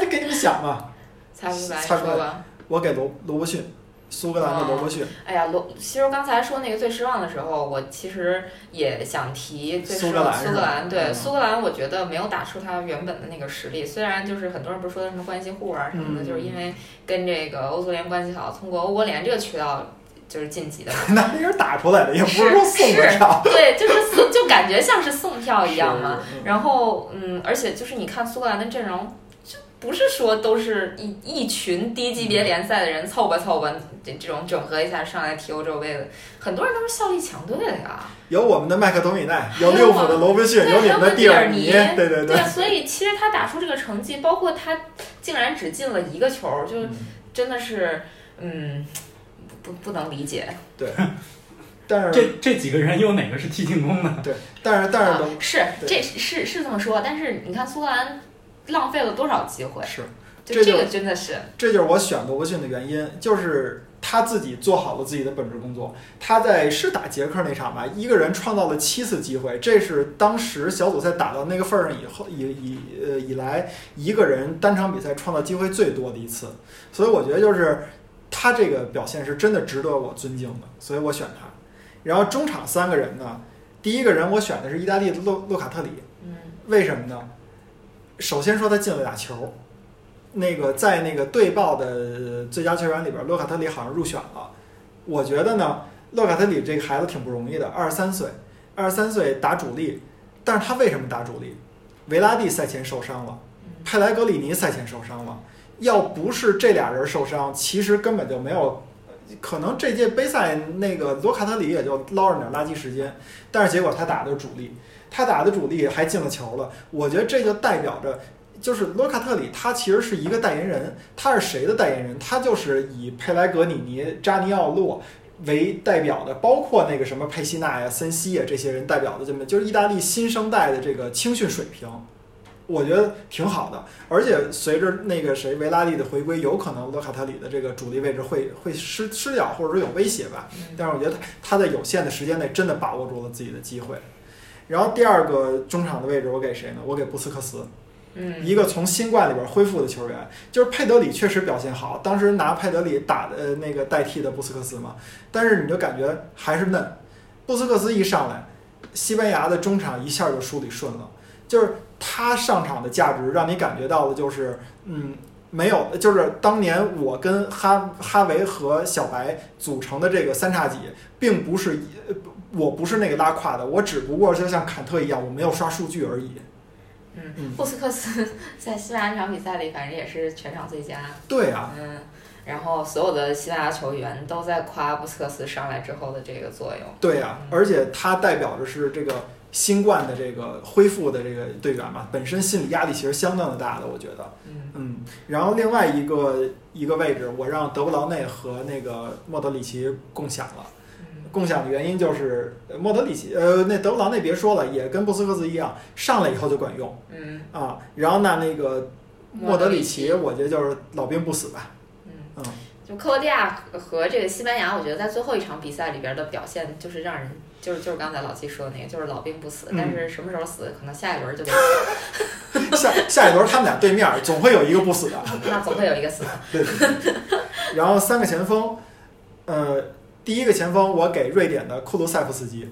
这给你们想吧。猜不出来，猜不出来说吧。我给罗罗伯逊，苏格兰的罗伯逊，哎呀，罗，其实刚才说那个最失望的时候，我其实也想提最失苏格望兰苏格兰，是吧对嗯苏格兰，我觉得没有打出他原本的那个实力。虽然就是很多人不是说什么关系户啊什么的，嗯就是因为跟这个欧足联关系好，通过欧国联这个渠道就是晋级的。 *laughs* 那那是打出来的，也不说送是的上。对，就是就感觉像是送票一样嘛。是？然后，嗯，而且就是你看苏格兰的阵容，就不是说都是一一群低级别联赛的人凑吧凑吧，这这种整合一下上来踢欧洲杯的，很多人都是效力强队啊的呀。有我们的麦克托 *laughs* 米奈，还有有利物浦的罗伯逊，对有你们的蒂尔还有蒂尔尼对对对。啊所以其实他打出这个成绩，包括他竟然只进了一个球，就真的是，嗯，不不能理解。但是这这几个人有哪个是踢进攻的？但是但是啊罗、是对这是是这么说，但是你看苏格兰浪费了多少机会，是，就这就这个真的是。这就是我选罗伯逊的原因，就是他自己做好了自己的本职工作。他在是打捷克那场吧，一个人创造了七次机会，这是当时小组赛打到那个份儿上以后，以以呃以来一个人单场比赛创造机会最多的一次。所以我觉得就是他这个表现是真的值得我尊敬的，所以我选他。然后中场三个人呢，第一个人我选的是意大利的洛洛卡特里，嗯，为什么呢？首先说他进了俩球，那个在那个队报的最佳球员里边，洛卡特里好像入选了。我觉得呢，洛卡特里这个孩子挺不容易的，二十三岁，二十三岁打主力，但是他为什么打主力？维拉蒂赛前受伤了，佩莱格里尼赛前受伤了，要不是这俩人受伤，其实根本就没有。可能这届杯赛那个罗卡特里也就捞着点垃圾时间，但是结果他打的是主力，他打的主力还进了球了，我觉得这就代表着，就是罗卡特里他其实是一个代言人，他是谁的代言人？他就是以佩莱格里尼、扎尼奥洛为代表的，包括那个什么佩西纳呀、森西呀这些人代表的这么，就是意大利新生代的这个青训水平。我觉得挺好的，而且随着那个谁维拉利的回归，有可能罗卡特里的这个主力位置会会失失掉，或者说有威胁吧。嗯但是我觉得他在有限的时间内真的把握住了自己的机会。然后第二个中场的位置我给谁呢？我给布斯克斯，嗯一个从新冠里边恢复的球员，就是佩德里确实表现好，当时拿佩德里打呃那个代替的布斯克斯嘛，但是你就感觉还是嫩，布斯克斯一上来，西班牙的中场一下就梳理顺了，就是他上场的价值让你感觉到的就是嗯。没有，就是当年我跟哈哈维和小白组成的这个三叉戟，并不是一，呃不我不是那个拉胯的，我只不过就像坎特一样，我没有刷数据而已。嗯，布斯克斯 *laughs* 在西班牙那场比赛里，反正也是全场最佳。对啊，嗯，然后所有的西班牙球员都在夸布斯克斯上来之后的这个作用。对呀、嗯而且它代表着是这个新冠的这个恢复的这个队员嘛，本身心理压力其实相当的大的，我觉得。嗯嗯，然后另外一个一个位置，我让德布劳内和那个莫德里奇共享了。嗯共享的原因就是呃莫德里奇，呃，那德布劳内别说了，也跟布斯克斯一样，上来以后就管用嗯啊。然后那那个莫莫德德里里奇，奇我觉得就是老兵不死吧。嗯，嗯，就克罗地亚和这个西班牙，我觉得在最后一场比赛里边的表现，就是让人就是就是刚才老季说的那个，就是老兵不死，嗯但是什么时候死，可能下一轮就得下下一轮他们俩对面总会有一个不死的。那总会有一个死。对，然后三个前锋，呃，第一个前锋我给瑞典的库卢塞夫斯基，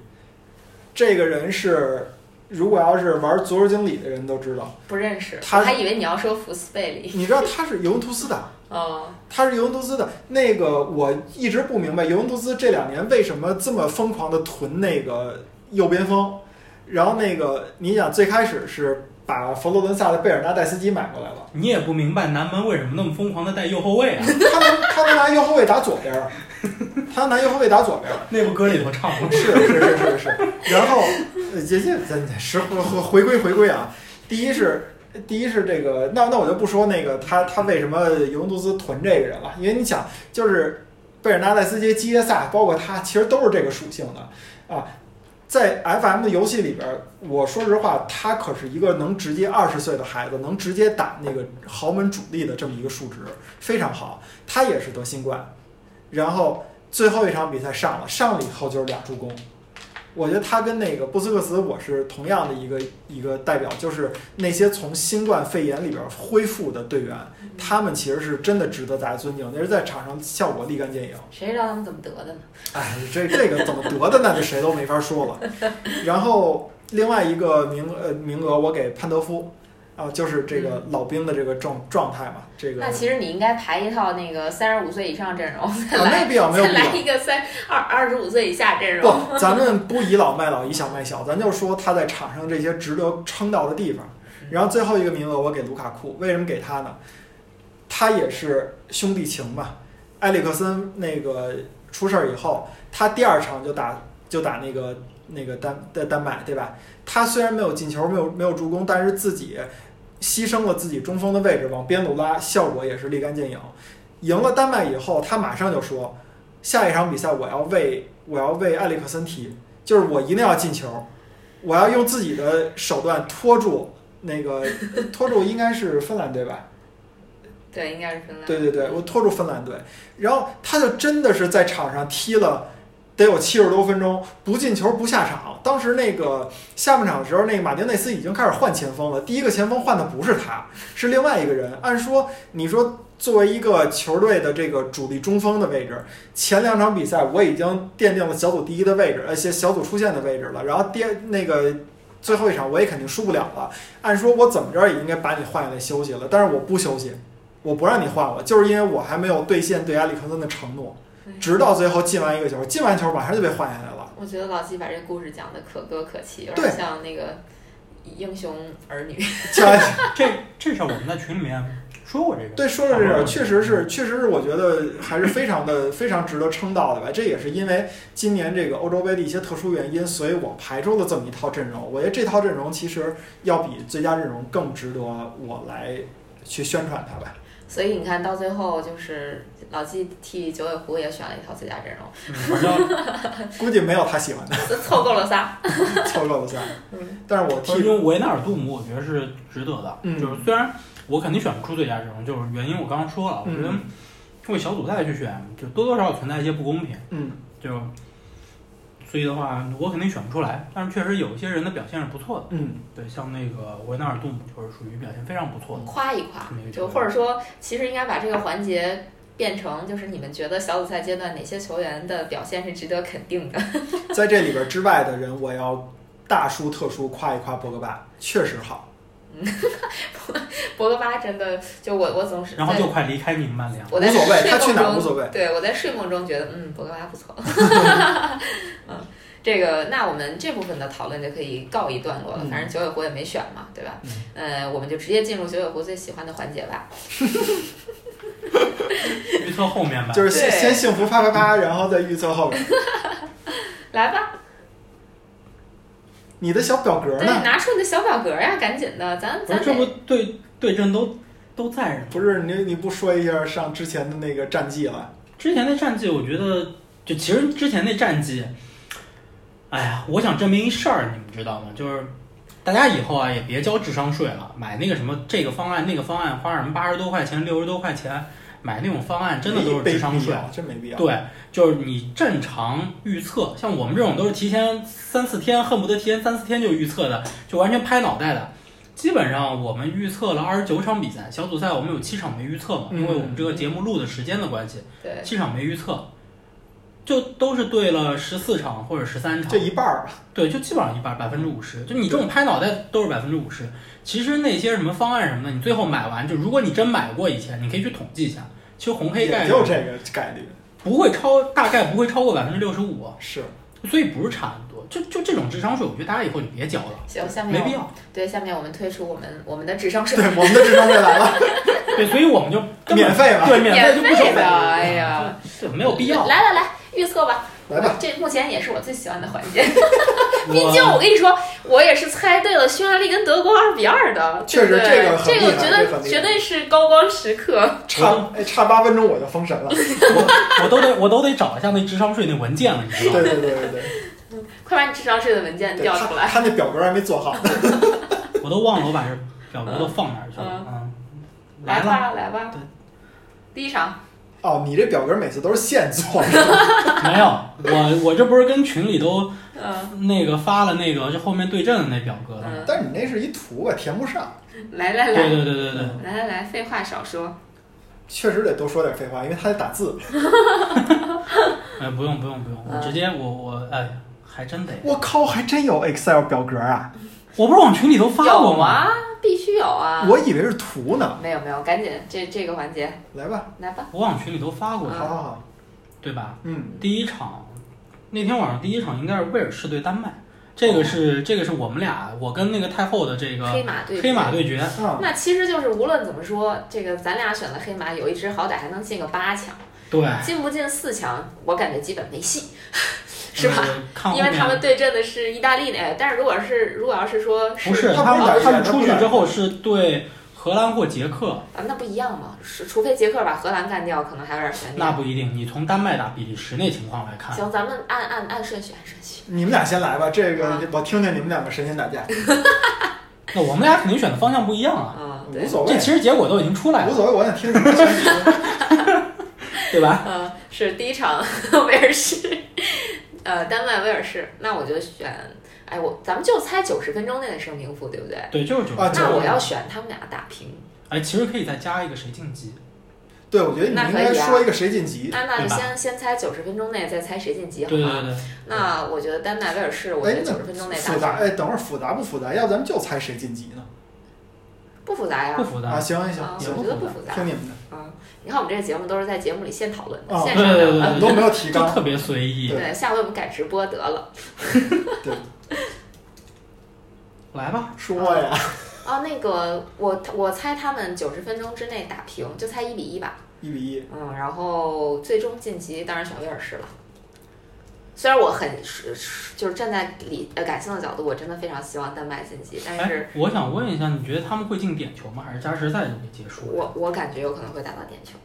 这个人是如果要是玩足球经理的人都知道，不认识，他我还以为你要说福斯贝里。你知道他是尤文图斯的，哦，他是尤文图斯的。那个我一直不明白尤文图斯这两年为什么这么疯狂的囤那个右边锋，然后那个你想最开始是把佛罗伦萨的贝尔纳代斯基买过来了，你也不明白南门为什么那么疯狂的带右后卫啊？他能他能拿右后卫打左边儿，他能拿右后卫打左边儿。那部歌里头唱过。是是是是是。然后，呃这这咱是回回归回归啊。第一是第一是这个，那那我就不说那个他他为什么尤文图斯囤这个人了，因为你想，就是贝尔纳代斯基、基耶萨，包括他，其实都是这个属性的啊。在 FM 的游戏里边，我说实话，他可是一个能直接二十岁的孩子，能直接打那个豪门主力的这么一个数值，非常好。他也是得新冠，然后最后一场比赛上了，上了以后就是俩助攻。我觉得他跟那个布斯克茨，我是同样的一个一个代表，就是那些从新冠肺炎里边恢复的队员，嗯他们其实是真的值得大家尊敬，那是在场上效果立竿见影。谁知道他们怎么得的呢？哎，这这个怎么得的，那就谁都没法说了。然后另外一个名呃名额，我给潘德夫，啊，就是这个老兵的这个状状态嘛，这个嗯那啊其实你应该排一套那个三十五岁以上阵容，再来、那必啊要没有再 *laughs* 必要来。一个三二二十五岁以下阵容。不，咱们不倚老卖老，以小卖小，咱就说他在场上这些值得称道的地方。然后最后一个名额我给卢卡库，为什么给他呢？他也是兄弟情嘛。埃里克森那个出事儿以后，他第二场就打就打那个那个丹丹丹麦，对吧？他虽然没有进球，没有没有助攻，但是自己牺牲了自己中锋的位置往边路拉，效果也是立竿见影。赢了丹麦以后，他马上就说：“下一场比赛我要为我要为埃里克森踢，就是我一定要进球，我要用自己的手段拖住那个拖住应该是芬兰队吧？对，应该是芬兰。对对对，我拖住芬兰队，然后他就真的是在场上踢了。得有七十多分钟不进球不下场。当时那个下半场的时候，那个马丁内斯已经开始换前锋了。第一个前锋换的不是他，是另外一个人。按说你说作为一个球队的这个主力中锋的位置，前两场比赛我已经奠定了小组第一的位置，而且小组出线的位置了。然后第那个最后一场我也肯定输不了了。按说我怎么着也应该把你换下来休息了，但是我不休息，我不让你换我，就是因为我还没有兑现对埃里克森的承诺。直到最后进完一个球，进完球马上就被换下来了。我觉得老季把这故事讲的可歌可泣，有对点像那个英雄儿女。 *laughs* 进完这这事儿我们在群里面说过这个。对，说到这个，确实是，确实是，我觉得还是非常的、非常值得称道的吧。这也是因为今年这个欧洲杯的一些特殊原因，所以我排出了这么一套阵容。我觉得这套阵容其实要比最佳阵容更值得我来去宣传它吧。所以你看到最后，就是老季替九尾狐也选了一套最佳阵容，嗯反 *laughs* 正估计没有他喜欢的， *laughs* 就 *laughs* 凑够了仨。凑够了三嗯。但是我因替，为维纳尔杜姆，我觉得是值得的。嗯就是虽然我肯定选不出最佳阵容，就是原因我刚刚说了，我觉得嗯为小组赛去选，就多多少少存在一些不公平。嗯，就所以的话，我肯定选不出来。但是确实有一些人的表现是不错的，嗯，对，像那个维纳尔杜姆就是属于表现非常不错的。夸一夸没，就错或者说，其实应该把这个环节变成，就是你们觉得小组赛阶段哪些球员的表现是值得肯定的？ *laughs* *laughs* 在这里边之外的人，我要大书特书夸一夸博格巴，确实好。博格巴真的，就我我总是然后在就快离开你们曼联了。我在无所谓睡他去哪儿梦中无所谓对我在睡梦中觉得，嗯，博格巴不错。嗯，这个那我们这部分的讨论就可以告一段落了，嗯反正九尾狐也没选嘛，对吧嗯？呃，我们就直接进入九尾狐最喜欢的环节吧。预测后面吧，就是先对先幸福啪啪啪，然后再预测后面。来吧，你的小表格对，呢？拿出你的小表格呀，赶紧的，咱不咱是这得不对对阵都都在着呢。不是你你不说一下上之前的那个战绩啊了？之前的战绩，我觉得就其实之前那战绩，哎呀，我想证明一事儿，你们知道吗？就是大家以后啊也别交智商税了，买那个什么这个方案那个方案，花什么八十多块钱、六十多块钱买那种方案，真的都是智商没必税。要，真没必要。对，就是你正常预测，像我们这种都是提前三四天，恨不得提前三四天就预测的，就完全拍脑袋的。基本上我们预测了二十九场比赛，小组赛我们有七场没预测嘛，因为我们这个节目录的时间的关系，对七场没预测，就都是对了十四场或者十三场这，一半儿吧，对，就基本上一半，百分之五十。就你这种拍脑袋都是百分之五十。其实那些什么方案什么的，你最后买完，就如果你真买过以前，你可以去统计一下，其实红黑概也率就这个概率。不会超，大概不会超过百分之六十五， *laughs* 是，所以不是差很多。就就这种智商税，我觉得大家以后就别交了，行，下没面必我要。对下面我们推出我们我们的智商税对，我们的智商税来了，对，所以我们就 *laughs* 根本免费了。对免费就不收免费费，的哎呀，这没有必要。来来来，预测吧。来吧，这目前也是我最喜欢的环节。我毕竟我跟你说，我也是猜对了匈牙利跟德国二比二的，确实对不对这个很这厉害个我觉这个得很厉害绝对是高光时刻。差哎差八分钟我就封神了。我我都得我都得找一下那智商税那文件了，你知对道吗？对对对 *laughs* 对，快把你智商税的文件对调他出来。他那表格还没做好呢。我都忘了我把这表格都放哪儿去了。嗯，来来了，吧，来吧对。第一场，哦，你这表格每次都是现做的，没有，我我这不是跟群里都嗯那个发了那个就后面对阵的那表格了吗？嗯，呃但是你那是一图吧，填不上。来来对来对对对对，来来来，废话少说。确实得多说点废话，因为他得打字。哎，不用不用不用，嗯我直接我我哎，还真得，我靠，还真有 Excel 表格啊！我不是往群里都发过有吗？啊，必须有啊。我以为是图呢。没有没有，赶紧这这个环节来吧，来吧。我往群里都发啊嗯过，好好好，对吧？嗯，第一场，那天晚上第一场应该是威尔士对丹麦，这个是这个是我们俩，我跟那个太后的这哦黑个马对黑马。对决，啊，那其实就是无论怎么说，这个咱俩选的黑马有一只好歹还能进个八强，对，进不进四强，我感觉基本没戏， *laughs* 是吧？呃？看后因为他们面。对阵的是意大利那，但是如果是如果要是说不是他他不是打们，他们他出不去打之后是对荷兰或捷克，啊，那不一样嘛，是除非捷克把荷兰干掉，可能还有点悬那念。不一定。你从丹麦打比利时那情况来看，行，咱们按按按顺序，按顺序。你们俩先来吧，这啊个我听听你们两个神仙打架，那我们俩肯定选的方向不一样啊。嗯，对无，所这谓，其实结果都已经出来无了，所谓，我想听你们 *laughs* 先说。对吧？嗯，是第一场 *laughs* 威尔士，呃，丹麦威尔士，那我就选，哎，我咱们就猜九十分钟内的胜平负，对不对？对，就是九啊九十那十我分要选他们俩打平，哎，其实可以再加一个谁晋级，对，我觉得你那应可以该啊说一个谁晋级。那那就对吧先先猜九十分钟内，再猜谁晋级，好对对吗？对，那我觉得丹麦威尔啊士，我觉哎得，九十分钟那内复杂，打平，哎，等会儿复杂不复杂？要不咱们就猜谁晋级呢？不复杂呀不。复杂。啊，行行啊行，我行觉得不复杂。听你们的，啊，你看我们这个节目都是在节目里现讨论的，哦现对场对聊对的。你都没有提就纲。特别随意。对对，下回我们改直播得了。来吧，说呀，啊，那个我我猜他们九十分钟之内打平，就猜一比一吧。一比一，嗯，然后最终晋级当然选威尔士了。虽然我很是是就是站在理呃感性的角度，我真的非常希望丹麦晋级，但是哎，我想问一下，你觉得他们会进点球吗？还是加时赛就会结束？我我感觉有可能会打到点球。哎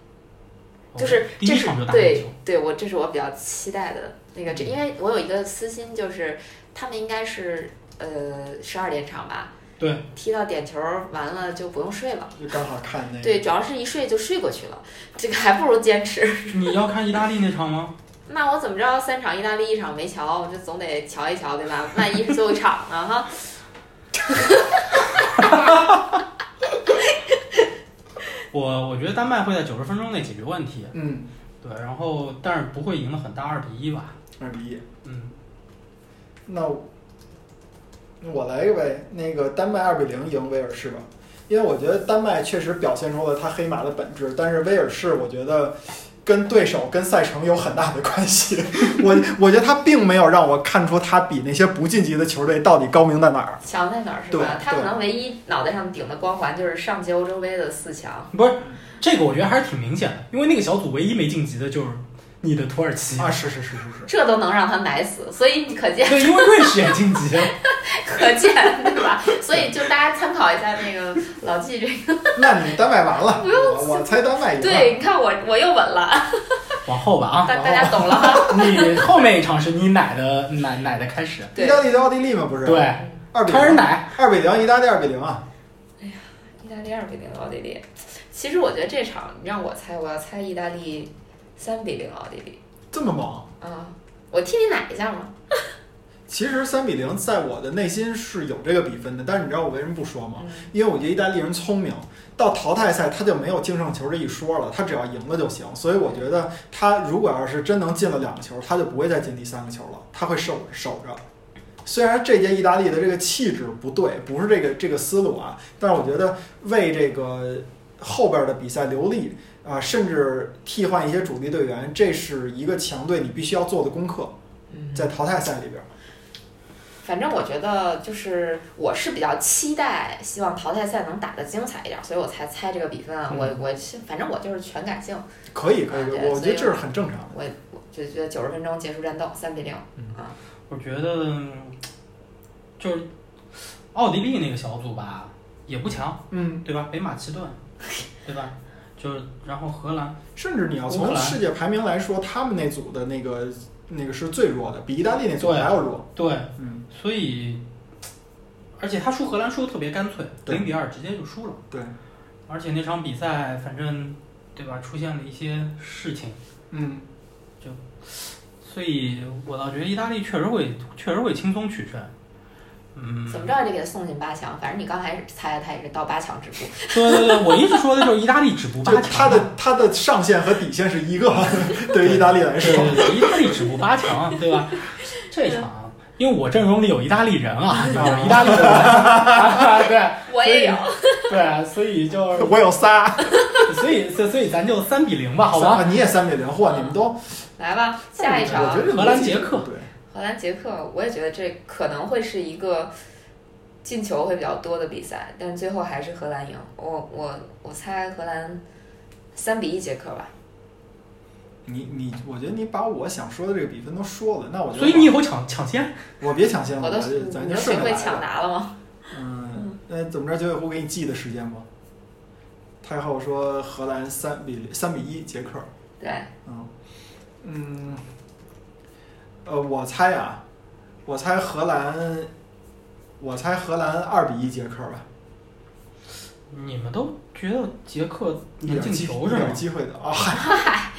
哦就是第这一是场就打点对球，嗯对，我这是我比较期待的那个，这因为我有一个私心，就是他们应该是呃十二点场吧，对，踢到点球完了就不用睡了，就刚好看那哎个。对，主要是一睡就睡过去了，这个还不如坚持。 *laughs* 你要看意大利那场吗？那我怎么着三场意大利一场没瞧，我这总得瞧一瞧对吧？万一是最后一场呢哈。 *laughs* 我我觉得丹麦会在九十分钟内解决问题，嗯，对，然后但是不会赢得很大，二比一吧，二比一。嗯，那我我来一个呗，那个丹麦二比零赢威尔士吧，因为我觉得丹麦确实表现出了他黑马的本质，但是威尔士我觉得跟对手跟赛程有很大的关系， *laughs* 我我觉得他并没有让我看出他比那些不晋级的球队到底高明在哪儿。强在哪儿是对吧？他可对能唯一脑袋上顶的光环就是上届欧洲杯的四强。不是，这个我觉得还是挺明显的，因为那个小组唯一没晋级的就是你的土耳其，啊，是是是是是，这都能让他奶死，所以你可见对，因为瑞士也晋级，可见对吧？所以就大家参考一下那个老纪这个。那你丹麦完了，不用我我猜丹麦赢了。 *laughs* 对，你看我我又稳了，往后吧 *laughs* 啊，大大家懂了哈。你后面一场是你奶的奶奶的开始，对意，大利对奥地利嘛，不是？啊对，，哦二比开始零，奶，二比零，意大利二比零啊。 *laughs* 意大利二比零奥地利。其实我觉得这场你让我猜，我要猜意大利三比零奥地利这么猛？啊。我替你奶一下嘛。其实三比零在我的内心是有这个比分的，但是你知道我为什么不说吗？嗯因为我觉得意大利人聪明，到淘汰赛他就没有净胜球这一说了，他只要赢了就行。所以我觉得他如果要是真能进了两个球，他就不会再进第三个球了，他会守守着。虽然这届意大利的这个气质不对，不是这个这个思路啊，但是我觉得为这个后边的比赛留力啊、甚至替换一些主力队员，这是一个强队你必须要做的功课，嗯在淘汰赛里边。反正我觉得就是我是比较期待，希望淘汰赛能打得精彩一点，所以我才猜这个比分啊。嗯我我是反正我就是全感性，可以，可以，啊对我觉得这是很正常的。我我就觉得九十分钟结束战斗三比零啊，我觉得嗯就是奥地利那个小组吧，也不强，嗯，对吧？北马其顿，对吧？就是然后荷兰，甚至你要乌克从兰世界排名来说，他们那组的那个那个是最弱的，比意大利那组还要弱。对，嗯，所以而且他输荷兰输得特别干脆，对零比二直接就输了。对，而且那场比赛反正对吧，出现了一些事情，嗯，所以我倒觉得意大利确实会确实会轻松取胜。嗯，怎么着也得给他送进八强。反正你刚开始猜他也是到八强止步，对对对，我一直说的就是意大利止步八就强嘛，他的他的上限和底线是一个，对于意大利来对说，对对，意大利止步八强，对吧？这场，因为我阵容里有意大利人啊，有意大利人，啊 *laughs* 对 *laughs* 我也有，对，所以就是， *laughs* 我有仨，所以所以所以咱就三比零吧，啊好吧？三，你也三比零，嚯，你们都来吧，下一我场觉得荷兰捷克对，荷兰捷克，我也觉得这可能会是一个进球会比较多的比赛，但最后还是荷兰赢。我我我猜荷兰三比一捷克吧。你你，我觉得你把我想说的这个比分都说了，那我就所以你以后抢抢先，我别抢先了，我都我就咱你就都顺学着会来抢吧。答了吗？嗯，那怎么着？九尾狐给你记的时间吗？太后说荷兰三比三比一捷克。对，嗯，嗯，呃，我猜啊，我猜荷兰，我猜荷兰二比一捷克吧，你们都觉得捷克一能点进机球一是吗点？机会的啊、嗨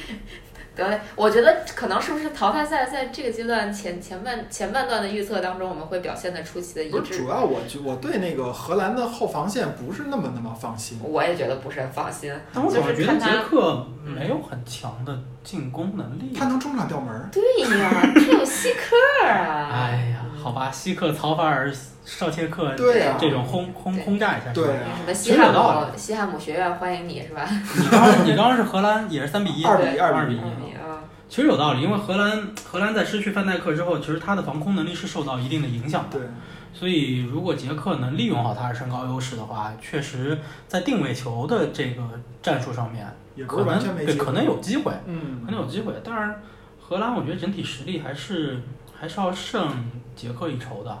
得嘞，我觉得可能是不是淘汰赛在这个阶段前前半前半段的预测当中，我们会表现的出哎奇的一不是致主。要我觉我对那个荷兰的后防线不是那么那么放心，我也觉得不是很放心。但我就总是觉得看捷他克没有很强的进攻能力。他能中场吊门儿，对呀，他有希克啊！哎呀，好吧，希克、曹法尔、绍切克对啊呀、呃这种轰轰轰炸一下，对那啊什么西汉真有道姆西汉姆学院欢迎你是吧？你刚刚你刚刚是荷兰也是三比一，二比一二二比一比一。你啊，其实有道理，因为荷兰荷兰在失去范戴克之后，其实他的防空能力是受到一定的影响的。对，所以如果捷克能利用好他的身高优势的话，确实在定位球的这个战术上面，也不可是完全能没对机会，可能有机会，可嗯，能有机会。当然，荷兰我觉得整体实力还是还是要胜捷克一筹的，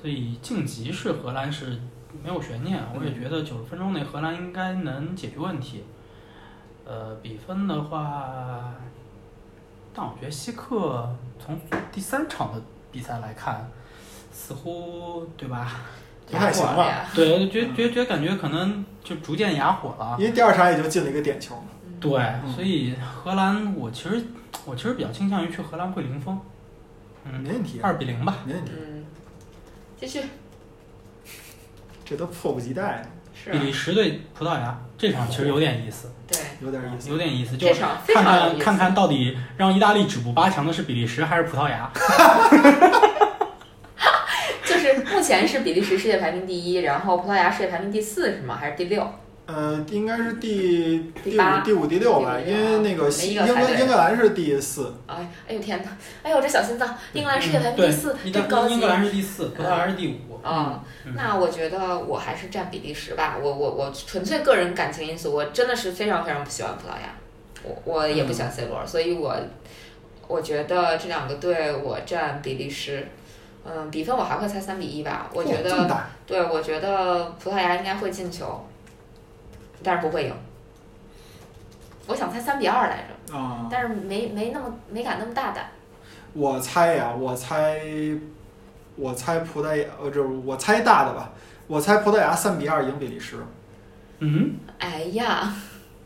所以晋级是荷兰是没有悬念。我也觉得九十分钟内荷兰应该能解决问题。呃，比分的话，但我觉得希克从第三场的比赛来看，似乎对 *laughs* 吧？嗯不太行了，呀。对，觉觉觉感觉可能就逐渐哑火了。因为第二场也就进了一个点球嘛，嗯对，嗯所以荷兰，我其实我其实比较倾向于去荷兰会零封，嗯，没问题，啊二比零吧。没问题，嗯，继续这都迫不及待，是啊比利时对葡萄牙这场其实有点意思，对有点意思。有点意思，就这是场非看常有看意思，看看到底让意大利止步八强的是比利时还是葡萄牙？就是目前是比利时世界排名第一，然后葡萄牙世界排名第四是吗？还是第六？呃，应该是第第第八五、第五、第六吧，第五第因六啊为那个西没一英个格排队英格兰是第四，哎哎呦天哪！哎呦我这小心脏，英格兰世界排名嗯对第四，意真高大级。英格兰是第四，葡萄牙是第五。啊、嗯那我觉得我还是占比利时吧。我我我纯粹个人感情因素，我真的是非常非常不喜欢葡萄牙，我我也不喜欢嗯 C 罗，所以我我觉得这两个队我占比利时。嗯，比分我还会猜三比一吧。我觉哇这么得，大，对我觉得葡萄牙应该会进球，但是不会赢。我想猜三比二来着，嗯啊、但是没没那么没敢那么大胆。我猜呀、我猜，我猜葡萄牙，呃，就是我猜大的吧，我猜葡萄牙三比二赢比利时。嗯哎呀，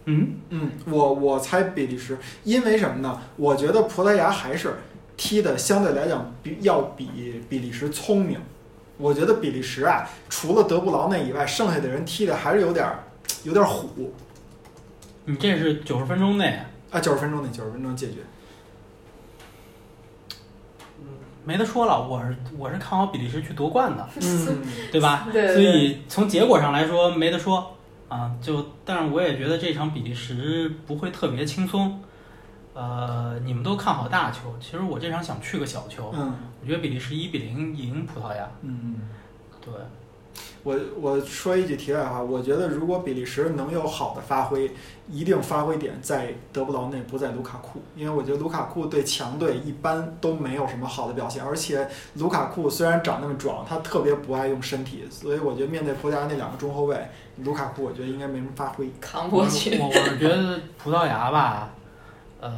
嗯，嗯，我我猜比利时，因为什么呢？我觉得葡萄牙还是踢的相对来讲比要比比利时聪明。我觉得比利时啊，除了德布劳内以外，剩下的人踢的还是有点儿有点儿虎你这是九十分钟内啊。九十分钟内，九十分钟解决。没得说了，我是我是看好比利时去夺冠的，嗯，对吧？对对所以从结果上来说没得说啊，就但是我也觉得这场比利时不会特别轻松。呃，你们都看好大球，其实我这场想去个小球，嗯我觉得比利时一比零赢葡萄牙。嗯。对，我我说一句题外话，我觉得如果比利时能有好的发挥，一定发挥点在德布劳内，不在卢卡库，因为我觉得卢卡库对强队一般都没有什么好的表现，而且卢卡库虽然长那么壮，他特别不爱用身体，所以我觉得面对葡萄牙那两个中后卫，卢卡库我觉得应该没什么发挥。扛过去。我我是觉得葡萄牙吧，呃，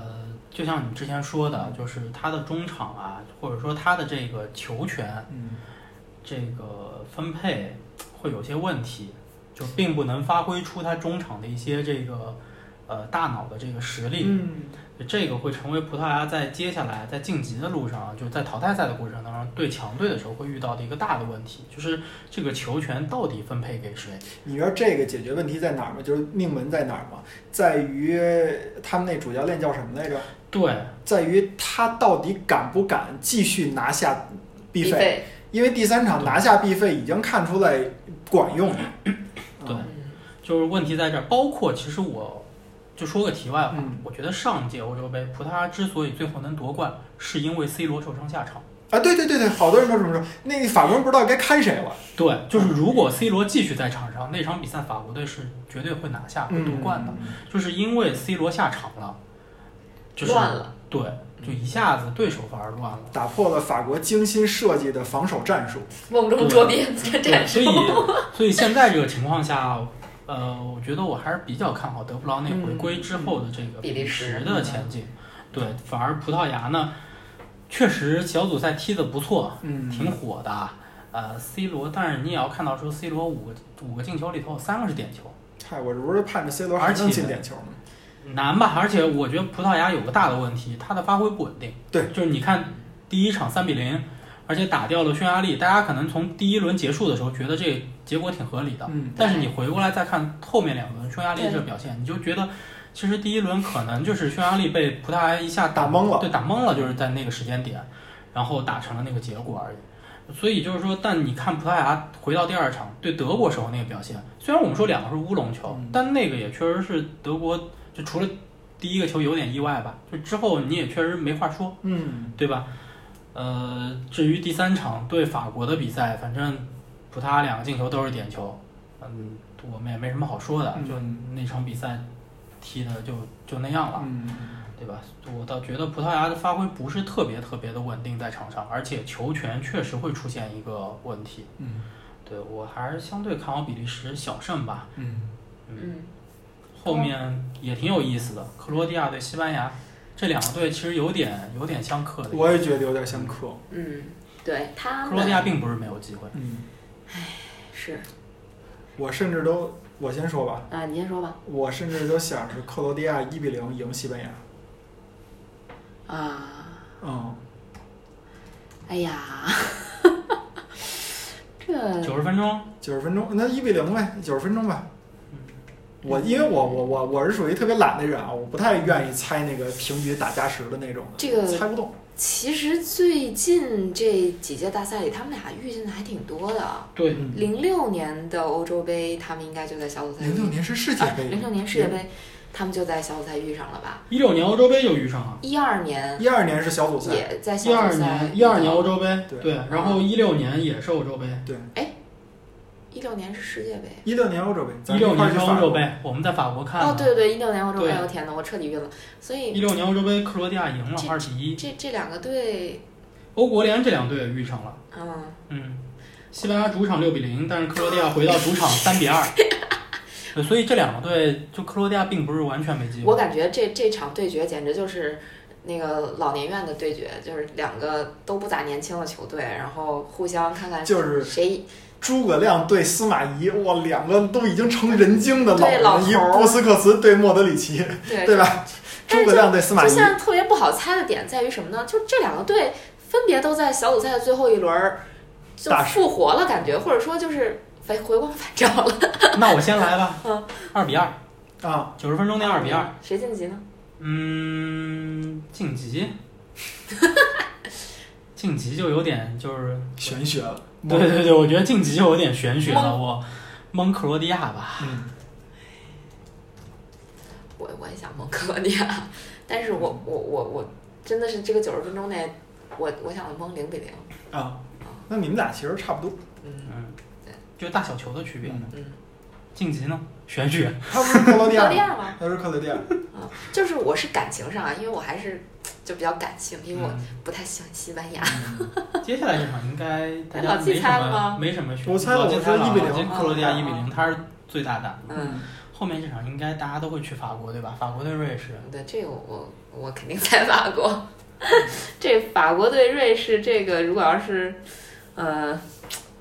就像你们之前说的，就是他的中场啊，或者说他的这个球权嗯，这个分配会有些问题，就并不能发挥出他中场的一些这个呃大脑的这个实力。嗯，这个会成为葡萄牙在接下来在晋级的路上，就在淘汰赛的过程当中，对强队的时候会遇到的一个大的问题，就是这个球权到底分配给谁？你知道这个解决问题在哪儿吗？就是命门在哪儿吗？在于他们那主教练叫什么来着？对，在于他到底敢不敢继续拿下必费。费，因为第三场拿下必费已经看出来管用了。对嗯就是问题在这儿，包括其实我就说个题外话，嗯我觉得上届欧洲杯葡萄牙之所以最后能夺冠，是因为 C 罗受伤下场。啊，对对对对，好多人都这么说。那个法国人不知道该看谁了。对，就是如果 C 罗继续在场上，那场比赛法国队是绝对会拿下会夺冠的，嗯就是因为 C 罗下场了，就是乱了，对，就一下子对手反而乱了。打破了法国精心设计的防守战术。瓮中捉鳖这对，战所以术。所以现在这个情况下，呃，我觉得我还是比较看好德布劳内回归之后的这个嗯比利时嗯时的前景。对，反而葡萄牙呢，确实小组赛踢得不错，嗯挺火的啊。呃，C 罗，但是你也要看到说，C 罗五个五个进球里头有三个是点球，嗨，我这不是盼着 C 罗还能进点球吗？嗯难吧？而且我觉得葡萄牙有个大的问题，他的发挥不稳定。对，就是你看第一场三比零，而且打掉了匈牙利，大家可能从第一轮结束的时候觉得这结果挺合理的，嗯，但是你回过来再看后面两轮匈牙利这个表现，你就觉得其实第一轮可能就是匈牙利被葡萄牙一下打懵了对，打懵了，就是在那个时间点，然后打成了那个结果而已。所以就是说，但你看葡萄牙回到第二场对德国时候那个表现，虽然我们说两个是乌龙球，嗯但那个也确实是德国就除了第一个球有点意外吧，就之后你也确实没话说，嗯，对吧？呃，至于第三场对法国的比赛，反正葡萄牙两个进球都是点球，嗯，我们也没什么好说的，嗯就那场比赛踢的就就那样了，嗯，对吧？我倒觉得葡萄牙的发挥不是特别特别的稳定在场上，而且球权确实会出现一个问题。嗯，对我还是相对看好比利时小胜吧，嗯，嗯，后面也挺有意思的，克罗地亚对西班牙。这两个队其实有点有点相克的，我也觉得有点像克。嗯，对他啊克罗地亚们并不是没有机会。嗯，是我甚至都我先说吧，啊，你先说吧。我甚至都想是克罗地亚一比零赢西班牙。啊，嗯，哎呀， *laughs* 这九十分钟，九十分钟，那一比零呗，九十分钟吧嗯。我因为我我我我是属于特别懒的人啊，我不太愿意猜那个平局打加时的那种的，这个猜不动。其实最近这几届大赛里，他们俩遇见的还挺多的。对，嗯，零六年的欧洲杯，他们应该就在小组赛遇零六年是世界啊，零杯，六年世界杯，他们就在小组赛遇上了吧？一六年欧洲杯就遇上了，一二年一二年是小组赛，也在一小二组赛年遇一到了，二年欧洲杯，对对，然后一六年也是欧洲杯，一六年是世界杯。一六年欧洲杯，咱们一六一块年儿去是法欧洲国。杯，我们在法国看哦，的，对对对，一六年欧洲杯，对我天呐，我彻底晕了。所以一六年欧洲杯克罗地亚赢了这二比一，这这两个队，欧国联这两队也遇上了，嗯，嗯，西班牙主场六比零，但是克罗地亚回到主场三比二，对，所以这两个队就克罗地亚并不是完全没嗯机我会，感觉这这场对决简直就是那个老年院的对决，就是两个都不咋年轻的球队，然后互相看看就是谁诸葛亮对司马懿，哇，两个都已经成人精的对老人，一头儿波斯克茨对莫德里奇，对 *laughs* 对吧？但诸是葛亮对司马就懿现，在特别不好猜的点在于什么呢？就这两个队分别都在小组赛的最后一轮儿就大复活了，感觉或者说就是回回光返照了。那我先来吧嗯，二比二，啊，九十分钟内二比二，，谁晋级呢？嗯，晋级， *laughs* 晋级就有点就是，玄学了。对对对，我觉得晋级就有点玄学了，我蒙克罗地亚吧，嗯，我我也想蒙克罗地亚，但是嗯我我我我真的是这个九十分钟内，我我想蒙零比零。啊，那你们俩其实差不多。嗯嗯对，就大小球的区别，嗯嗯，晋级呢玄学，他不是克罗克罗地亚地吗，亚吧，他是克罗地亚。啊，就是我是感情上啊，因为我还是就比较感性，因为嗯我不太喜欢西班牙。接下来这场应该大家老季没什猜了吗么没什么悬我猜了老季猜了啊我说1-0老季克罗地亚一比零，啊他是最大胆。嗯，后面这场应该大家都会去法国对吧？法国对瑞士，嗯对，这个我我我肯定猜法国。这法国对瑞士，这个如果要是，呃，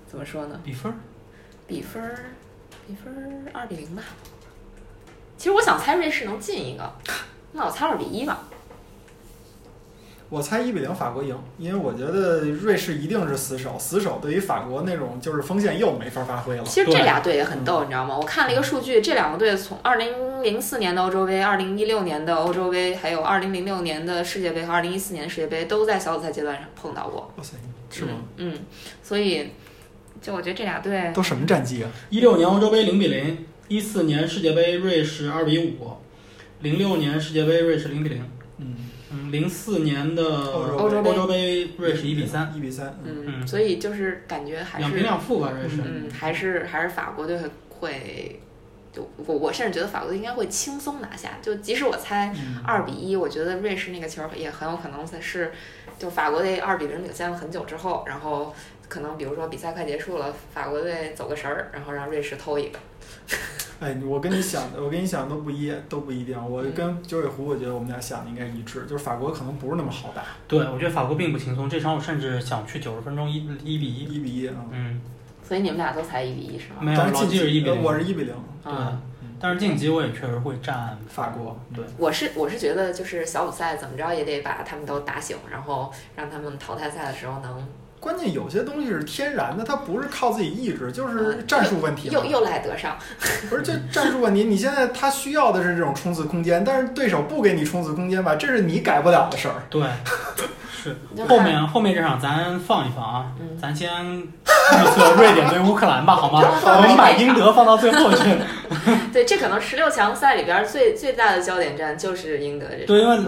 怎么说呢？比分儿比分儿，比分儿二比零吧。其实我想猜瑞士能进一个，那我猜二比一吧。 *laughs* 我猜一比零法国赢，因为我觉得瑞士一定是死守，死守对于法国那种就是锋线又没法发挥了。其实这俩队也很逗，你知道吗？我看了一个数据，这两个队从二零零四年的欧洲杯、二零一六年的欧洲杯，还有二零零六年的世界杯和二零一四年的世界杯，都在小组赛阶段上碰到过，哇塞，是吗？嗯？嗯，所以就我觉得这俩队都什么战绩啊？一六年欧洲杯零比零，一四年世界杯瑞士二比五，零六年世界杯瑞士零比零，嗯，嗯，零四年的欧洲洲杯杯呃瑞士一比三，一比三。嗯，嗯，嗯所以就是感觉还两平是，两负吧，瑞士。嗯，还是还是法国队会会，就我我甚至觉得法国队应该会轻松拿下。就即使我猜嗯二比一，我觉得瑞士那个球也很有可能才是，就法国队二比零领先了很久之后，然后可能比如说比赛快结束了，法国队走个神儿，然后让瑞士偷一个。哎，我跟你想的，我跟你想的都不一，都不一定。我嗯跟九尾狐，我觉得我们俩想的应该一致，就是法国可能不是那么好打，对，我觉得法国并不轻松，这场我甚至想去九十分钟一一比一。一比一啊。嗯，所以你们俩都猜一比一是吗？没有，但老是季晋级呃是一比零。我是一比零，对啊，嗯但是晋级我也确实会占法国。对，我是我是觉得就是小组赛怎么着也得把他们都打醒，然后让他们淘汰赛的时候能关键有些东西是天然的，它不是靠自己意志，就是嗯战术问题嘛。又又赖得上。不是这战术问题，你现在他需要的是这种冲刺空间，但是对手不给你冲刺空间吧，这是你改不了的事 *laughs* 儿。对，是就后看面后面这场咱放一放啊，嗯咱先 *laughs* 预测瑞典对乌克兰吧，好吗？好我们把英德放到最后去。对，这可能十六强赛里边儿最最大的焦点战就是英德这场。对，因为对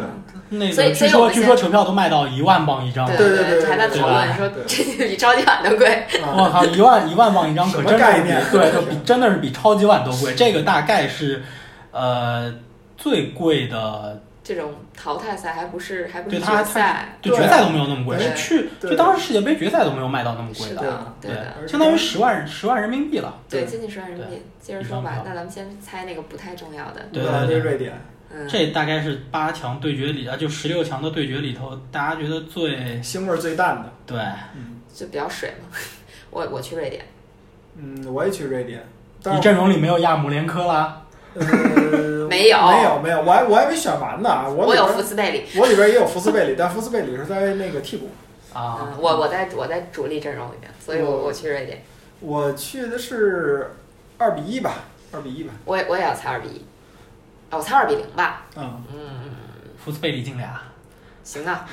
那所以个所以据我说们据现说球票都卖到一万镑一张，对对对对还在对讨论吧说对这比超级碗都贵。啊，我靠，一万一万镑一张什可么真的概是比念对，就比真的是比超级碗都贵。这个大概是呃最贵的，这种淘汰赛还不是还不是对他决赛，就对决赛都没有那么贵，对是去对就当时世界杯决赛都没有卖到那么贵是的，的，对的。对相当于十万十万人民币了。对，对接近十万人民币。接着说一吧张，票那咱们先猜那个不太重要的。对吧对对对瑞典嗯，这大概是八强对决里啊，就十六强的对决里头，大家觉得最腥味儿最淡的。对嗯 *laughs* 就比较水嘛。我我去瑞典，嗯，我也去瑞典，但你是阵容里没有亚姆连科啦，呃 *laughs* 没有没有没有，我还我还没选完呢，我我里有边福斯贝里，我里边也有福斯贝里，但福斯贝里是在那个替补。啊，嗯，我我在我在主力阵容里面，所以我我我去瑞典，我去的是二比一吧，二比一吧，我也我也要猜二比一，啊，我猜二比零吧，嗯，嗯，福斯贝里进俩，行啊，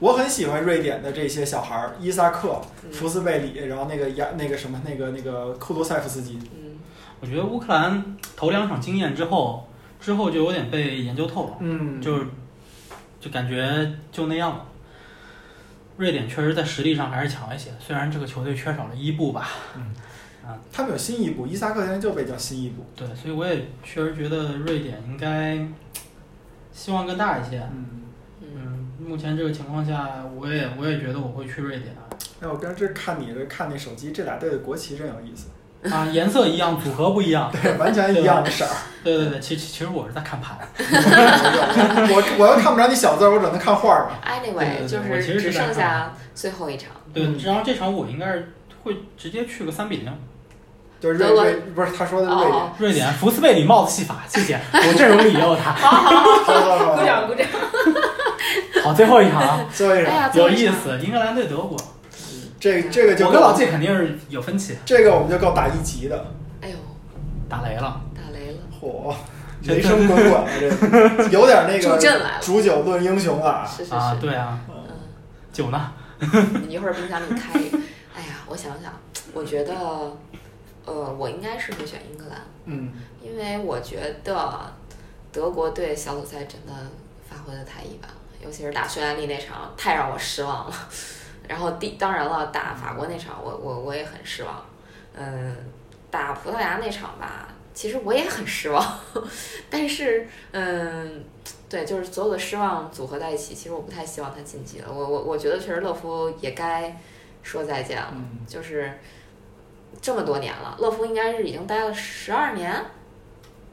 我很喜欢瑞典的这些小孩儿，伊萨克、嗯福斯贝里，然后那个亚那个什么那个那个库多塞夫斯基，嗯，我觉得乌克兰头两场经验之后，之后就有点被研究透了，嗯就就感觉就那样了。瑞典确实在实力上还是强了一些，虽然这个球队缺少了伊布吧，他们有新一步，伊萨克现在就被叫新一步，对，所以我也确实觉得瑞典应该希望更大一些。嗯，嗯，目前这个情况下，我也我也觉得我会去瑞典啊哎，我刚这看你这看那手机，这俩队的国旗真有意 *laughs* 思，啊，颜色一样，组合不一样。对，完全一样的色 *laughs* 儿。对对对，其其其实我是在看盘。 *laughs* 我我又看不着你小字儿，我只能看画儿嘛。 Anyway，对对对就我其是实只是在剩下最后一场，对嗯，然后这场我应该是会直接去个三比零。就是瑞德国瑞不是他说的是瑞典， *laughs* 哦，瑞典福斯贝里帽子戏法，谢谢，我阵容里也 *laughs* 有他。走走 *laughs* 走鼓掌鼓掌，好，最后一场啊，最后一哎场，呀，有最后一意场，思，英格兰对德国，这这个就我够跟老季肯定是有分歧，这个我们就够打一级的，哎呦，打雷了。打雷了， *laughs* 嚯，雷声滚滚了，这有点那助个阵来了，煮酒论英雄了啊。是是啊，是，对啊，嗯。酒呢？你一会儿冰箱里开一个。哎呀，我想想，我觉得，呃，我应该是会选英格兰，嗯，因为我觉得德国队小组赛真的发挥的太一般了，尤其是打匈牙利那场太让我失望了。 *laughs* 然后第当然了，打法国那场我我我也很失望，嗯，打葡萄牙那场吧，其实我也很失望， *laughs* 但是嗯，对，就是所有的失望组合在一起，其实我不太希望他晋级了。我我我觉得确实勒夫也该说再见了，嗯就是这么多年了，勒夫应该是已经待了十二年，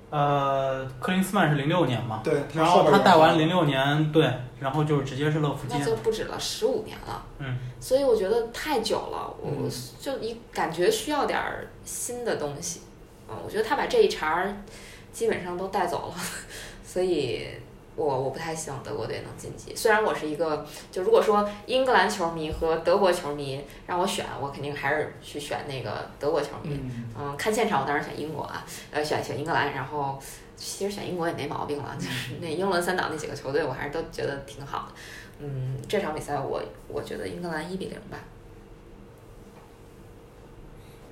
呃，克林斯曼是零六年嘛，对，然后边他有带完零六年，对，然后就是直接是勒夫那进。就不止了，十五年了。嗯，所以我觉得太久了，我嗯就一感觉需要点儿新的东西。嗯，我觉得他把这一茬儿基本上都带走了， *laughs* 所以我我不太希望德国队能晋级。虽然我是一个，就如果说英格兰球迷和德国球迷让我选，我肯定还是去选那个德国球迷。嗯，嗯，看现场我当然选英国啊，呃，选选英格兰，然后其实选英国也没毛病了，就是 *laughs* 那英伦三岛那几个球队，我还是都觉得挺好的。嗯，这场比赛我我觉得英格兰一比零吧，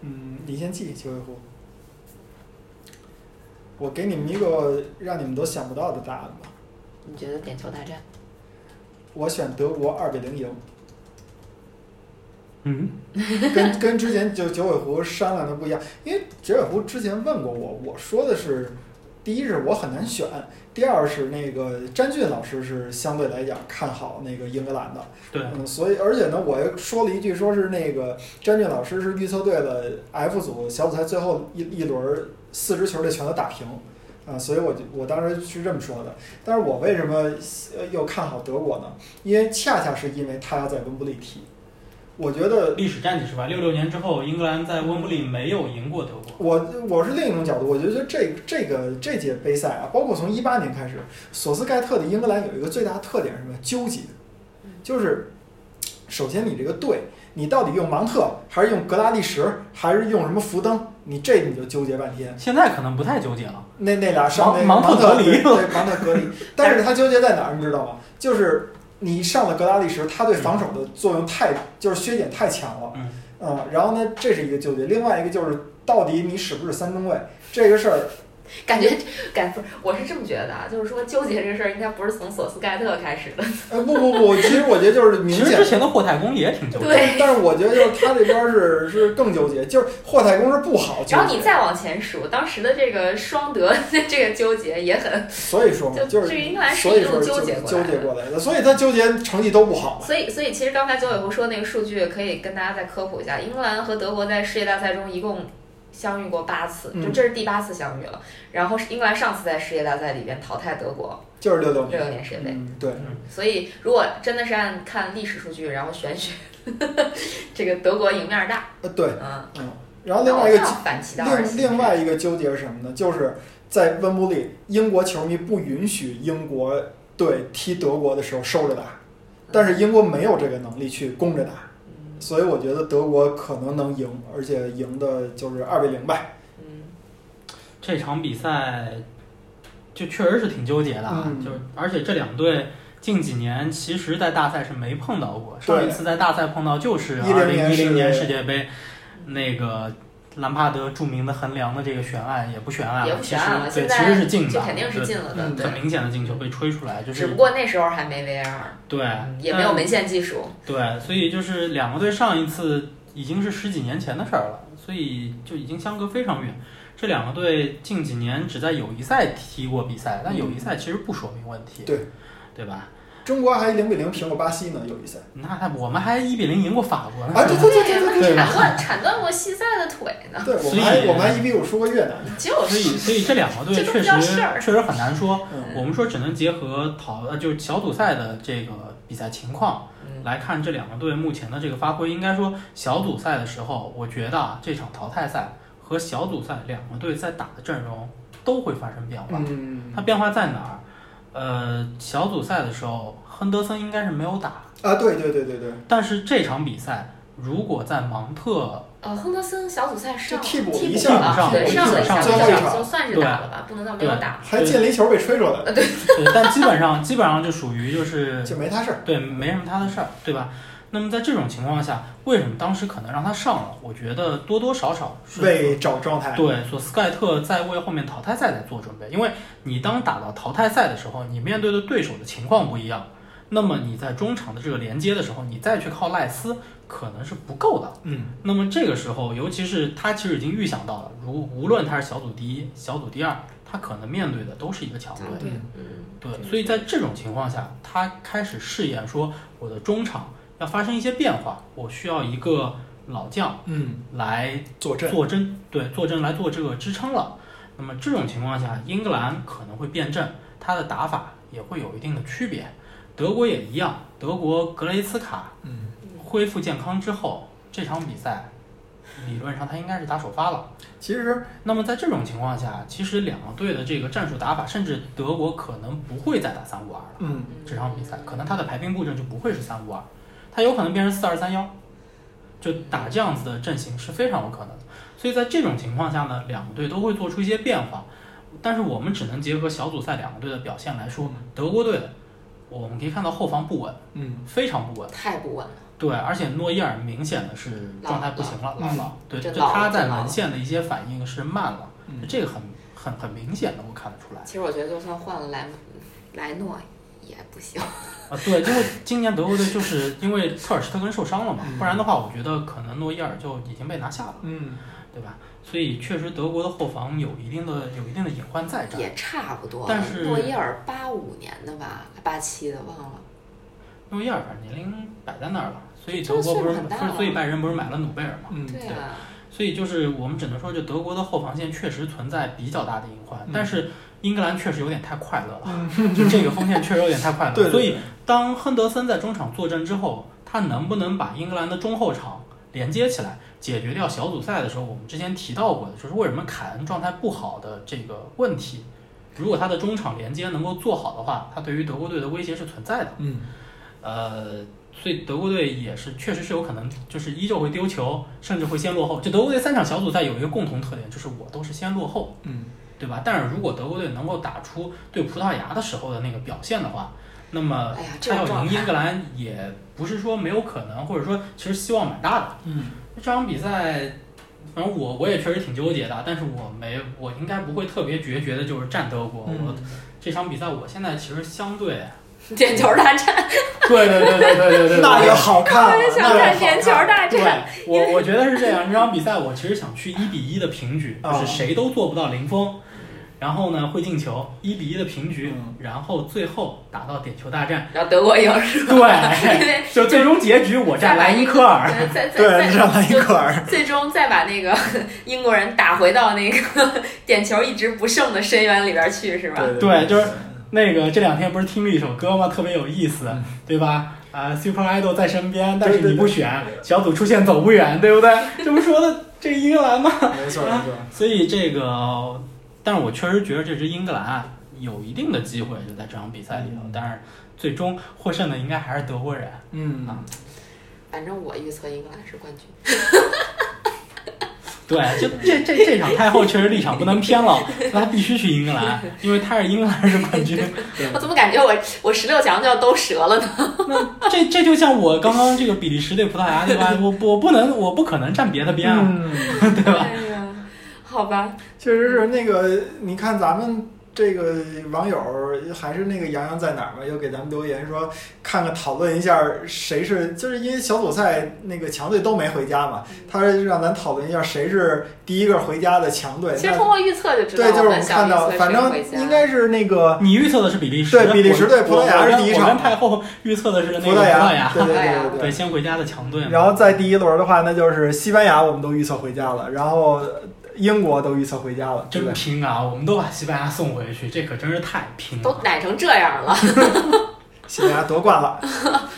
嗯，你先记九尾狐。我给你们一个让你们都想不到的答案吧，你觉得点球大战？ *laughs* 我选德国二比零赢。嗯，跟跟之前就九尾狐商量的不一样，因为九尾狐之前问过我，我说的是，第一是我很难选，第二是那个詹俊老师是相对来讲看好那个英格兰的，对，嗯，所以而且呢，我又说了一句，说是那个詹俊老师是预测对了 F 组小组赛最后一一轮儿四支球队全都打平。啊，所以我就我当时是这么说的，但是我为什么呃又看好德国呢？因为恰恰是因为他要在温布利踢，我觉得历史战绩是吧？六六年之后，英格兰在温布利没有赢过德国。我我是另一种角度，我觉得这这个这届杯赛啊，包括从一八年开始，索斯盖特的英格兰有一个最大的特点是什么？纠结，就是首先你这个队，你到底用芒特还是用格拉利什，还是用什么福登，你这你就纠结半天。现在可能不太纠结了。那那俩上那芒芒芒特隔离对 *laughs* 对芒特隔离，但是他纠结在哪儿，你知道吗？就是你上了格拉利什，他对防守的作用太就是削减太强了，呃嗯然后呢，这是一个纠结，另外一个就是到底你是不是三中卫这个事儿，感觉感不是，我是这么觉得啊，就是说纠结这事儿应该不是从索斯盖特开始的，呃不不不，其实我觉得就是明其实显之前的霍太公也挺纠结。对但是我觉得就是他这边儿是是更纠结，就是霍太公是不好纠然后你结，再往前数，当时的这个双德这个纠结也很，所以说嘛，就就是这个英格兰是所一以说路就纠纠结过来的结过来的，所以他纠结成绩都不好。所以，所以其实刚才九尾狐说那个数据，可以跟大家再科普一下：英格兰和德国在世界大赛中一共相遇过八次，嗯就这是第八次相遇了。然后是英格兰上次在世界大赛里边淘汰德国，就是六六六年。六年世界杯。嗯，对，所以如果真的是按看历史数据，然后玄学， *laughs* 这个德国赢面大。呃，对，嗯，嗯。然后另外一那个我这样反其道而另行另外一个纠结是什么呢？就是在温布利，英国球迷不允许英国队踢德国的时候收着打，但是英国没有这个能力去攻着打，嗯所以我觉得德国可能能赢，而且赢的就是二比零吧。嗯这场比赛就确实是挺纠结的啊，嗯就是而且这两队近几年其实，在大赛是没碰到过，对上一次在大赛碰到就是10二零一年零年世界杯，那个兰帕德著名的横梁的这个悬案也不悬案，也不悬案了啊其实现对，在其实是进的，这肯定是进了的，嗯对对很。明显的进球被吹出来，就只不是哎过那时候还没 VR，对嗯，也没有但文献技术。对，所以就是两个队上一次已经是十几年前的事儿了，所以就已经相隔非常远。这两个队近几年只在友谊赛踢过比赛，但友谊赛其实不说明问题，对对吧？中国还零比零平过巴西呢，友谊赛。那还我们还一比零赢过法国呢，啊，对对对对对对对，对还铲断铲断过西塞的腿呢，对，我所以们还我们还一比五输过越南。就所以是所以这两个队这都确不叫实事儿确实很难说。嗯我们说只能结合淘呃就是小组赛的这个比赛情况。嗯来看这两个队目前的这个发挥，应该说小组赛的时候，我觉得啊，这场淘汰赛和小组赛两个队在打的阵容都会发生变化。嗯它变化在哪儿？呃，小组赛的时候，亨德森应该是没有打，啊，对对对对对，但是这场比赛如果在芒特呃，亨德森小组赛上就替补了替一补下了，对，替补上了一下，最后一就场就算是打了吧，不能叫没有啊打。还进了一球被吹出来了，对，但基本上基本上就属于就是就没他事儿。对，没什么他的事儿，对吧？那么在这种情况下，为什么当时可能让他上了？我觉得多多少少是为找状态，对，索斯盖特在为后面淘汰赛在做准备，因为你当打到淘汰赛的时候，你面对的对手的情况不一样，那么你在中场的这个连接的时候，你再去靠赖斯可能是不够的。嗯，那么这个时候，尤其是他其实已经预想到了，如无论他是小组第一、小组第二，他可能面对的都是一个强队。对嗯，嗯，对，所以在这种情况下，他开始试验说，我的中场要发生一些变化，我需要一个老将嗯，来坐镇，坐镇，对，坐镇来做这个支撑了。那么这种情况下，英格兰可能会变阵，他的打法也会有一定的区别。德国也一样，德国格雷茨卡嗯，恢复健康之后，这场比赛理论上他应该是打首发了。其实那么在这种情况下，其实两个队的这个战术打法，甚至德国可能不会再打三五二了。嗯，这场比赛，可能他的排兵布阵就不会是三五二，他有可能变成四二三幺，就打这样子的阵型是非常有可能的。所以在这种情况下呢，两个队都会做出一些变化，但是我们只能结合小组赛两个队的表现来说，德国队我们可以看到后防不稳，嗯，非常不稳。太不稳了，对，而且诺伊尔明显的是状态不行了，老老了了。对，这就老了他在这老了文献的一些反应是慢了嗯，这个很很很明显能够看得出来。其实我觉得就算换了莱莱诺也不行，啊，对，因为今年德国队就是因为特尔施特根受伤了嘛，不然的话，我觉得可能诺伊尔就已经被拿下了，嗯，对吧？所以确实德国的后防有一定的有一定的隐患在这儿，也差不多了。但是诺伊尔八五年的吧，八七的忘了，诺伊尔反正年龄摆在那儿了，所以这德个国岁不数是很大不是，所以了拜仁不是买了努贝尔嘛，嗯，对啊，所以就是我们只能说，这德国的后防线确实存在比较大的隐患，嗯但是英格兰确实有点太快乐了，就这个锋线确实有点太快乐 *laughs* 了，对对所以对当亨德森在中场坐镇之后，他能不能把英格兰的中后场连接起来，解决掉小组赛的时候我们之前提到过的，就是为什么凯恩状态不好的这个问题。如果他的中场连接能够做好的话，他对于德国队的威胁是存在的。嗯，呃，所以德国队也是确实是有可能，就是依旧会丢球，甚至会先落后。就德国队三场小组赛有一个共同特点，就是我都是先落后， *laughs* 嗯，对吧？但是如果德国队能够打出对葡萄牙的时候的那个表现的话，那么哎呀，这他种要状赢英态格兰也不是说没有可能，或者说其实希望蛮大的。嗯，这场比赛，反正我我也确实挺纠结的，但是我没我应该不会特别决绝的，就是站德国。嗯我这场比赛我现在其实相对，点球大战，对对对对对对 *laughs* 对，那也好看啊，我就想那看也好点球 *laughs* 大对战。，我我觉得是这样。这场比赛我其实想去一比一的平局，啊就是谁都做不到零封。然后呢会进球，一比一的平局嗯，然后最后打到点球 *laughs* 大战，然后德国赢是吧？对，就最终结局我占莱因克尔，对，再再对，再让莱因就 *laughs* 克尔，最终再把那个英国人打回到那个 *laughs* 点球一直不胜的深渊里边去，是吧？对对就是那个这两天不是听了一首歌吗？特别有意思，对吧？啊、s u p e r Idol 在身边，但嗯是对对你不选，小组出线走不远，对不 *laughs* 对？这不说的这个英格兰吗？没错没错，所以这个，但是我确实觉得这支英格兰啊有一定的机会，就在这场比赛里头。嗯但是最终获胜的应该还是德国人。嗯啊反正我预测英格兰是冠军。 *laughs* 对，就这这这场太后确实立场不能偏了， *laughs* 那他必须去英格兰，因为他是英格兰是冠军。我怎么感觉我我十六强就要兜折了 *laughs* 呢？这这就像我刚刚这个比利时对葡萄牙对吧？我 *laughs* 我不能我不可能站别的边啊，嗯对吧？哎呀，好吧，确实是那个，你看咱们这个网友还是那个洋洋在哪儿嘛，又给咱们留言说，看看讨论一下谁是，就是因为小组赛那个强队都没回家嘛，他让咱讨论一下谁是第一个回家的强队。其实通那过预测就知道对，就是我们们看想到，预测反谁正回家。应该是那个你预测的是比利时，对比利时对我葡萄牙是我跟第一场我跟太后预测的是那个葡萄牙，对对葡对对对，先回家的强队对。嘛。然后在第一轮的话，那就是西班牙，我们都预测回家了，然后英国都预测回家了，对真吧？拼啊！我们都把西班牙送回去，这可真是太拼都了。奶成这样了，西班牙夺冠了，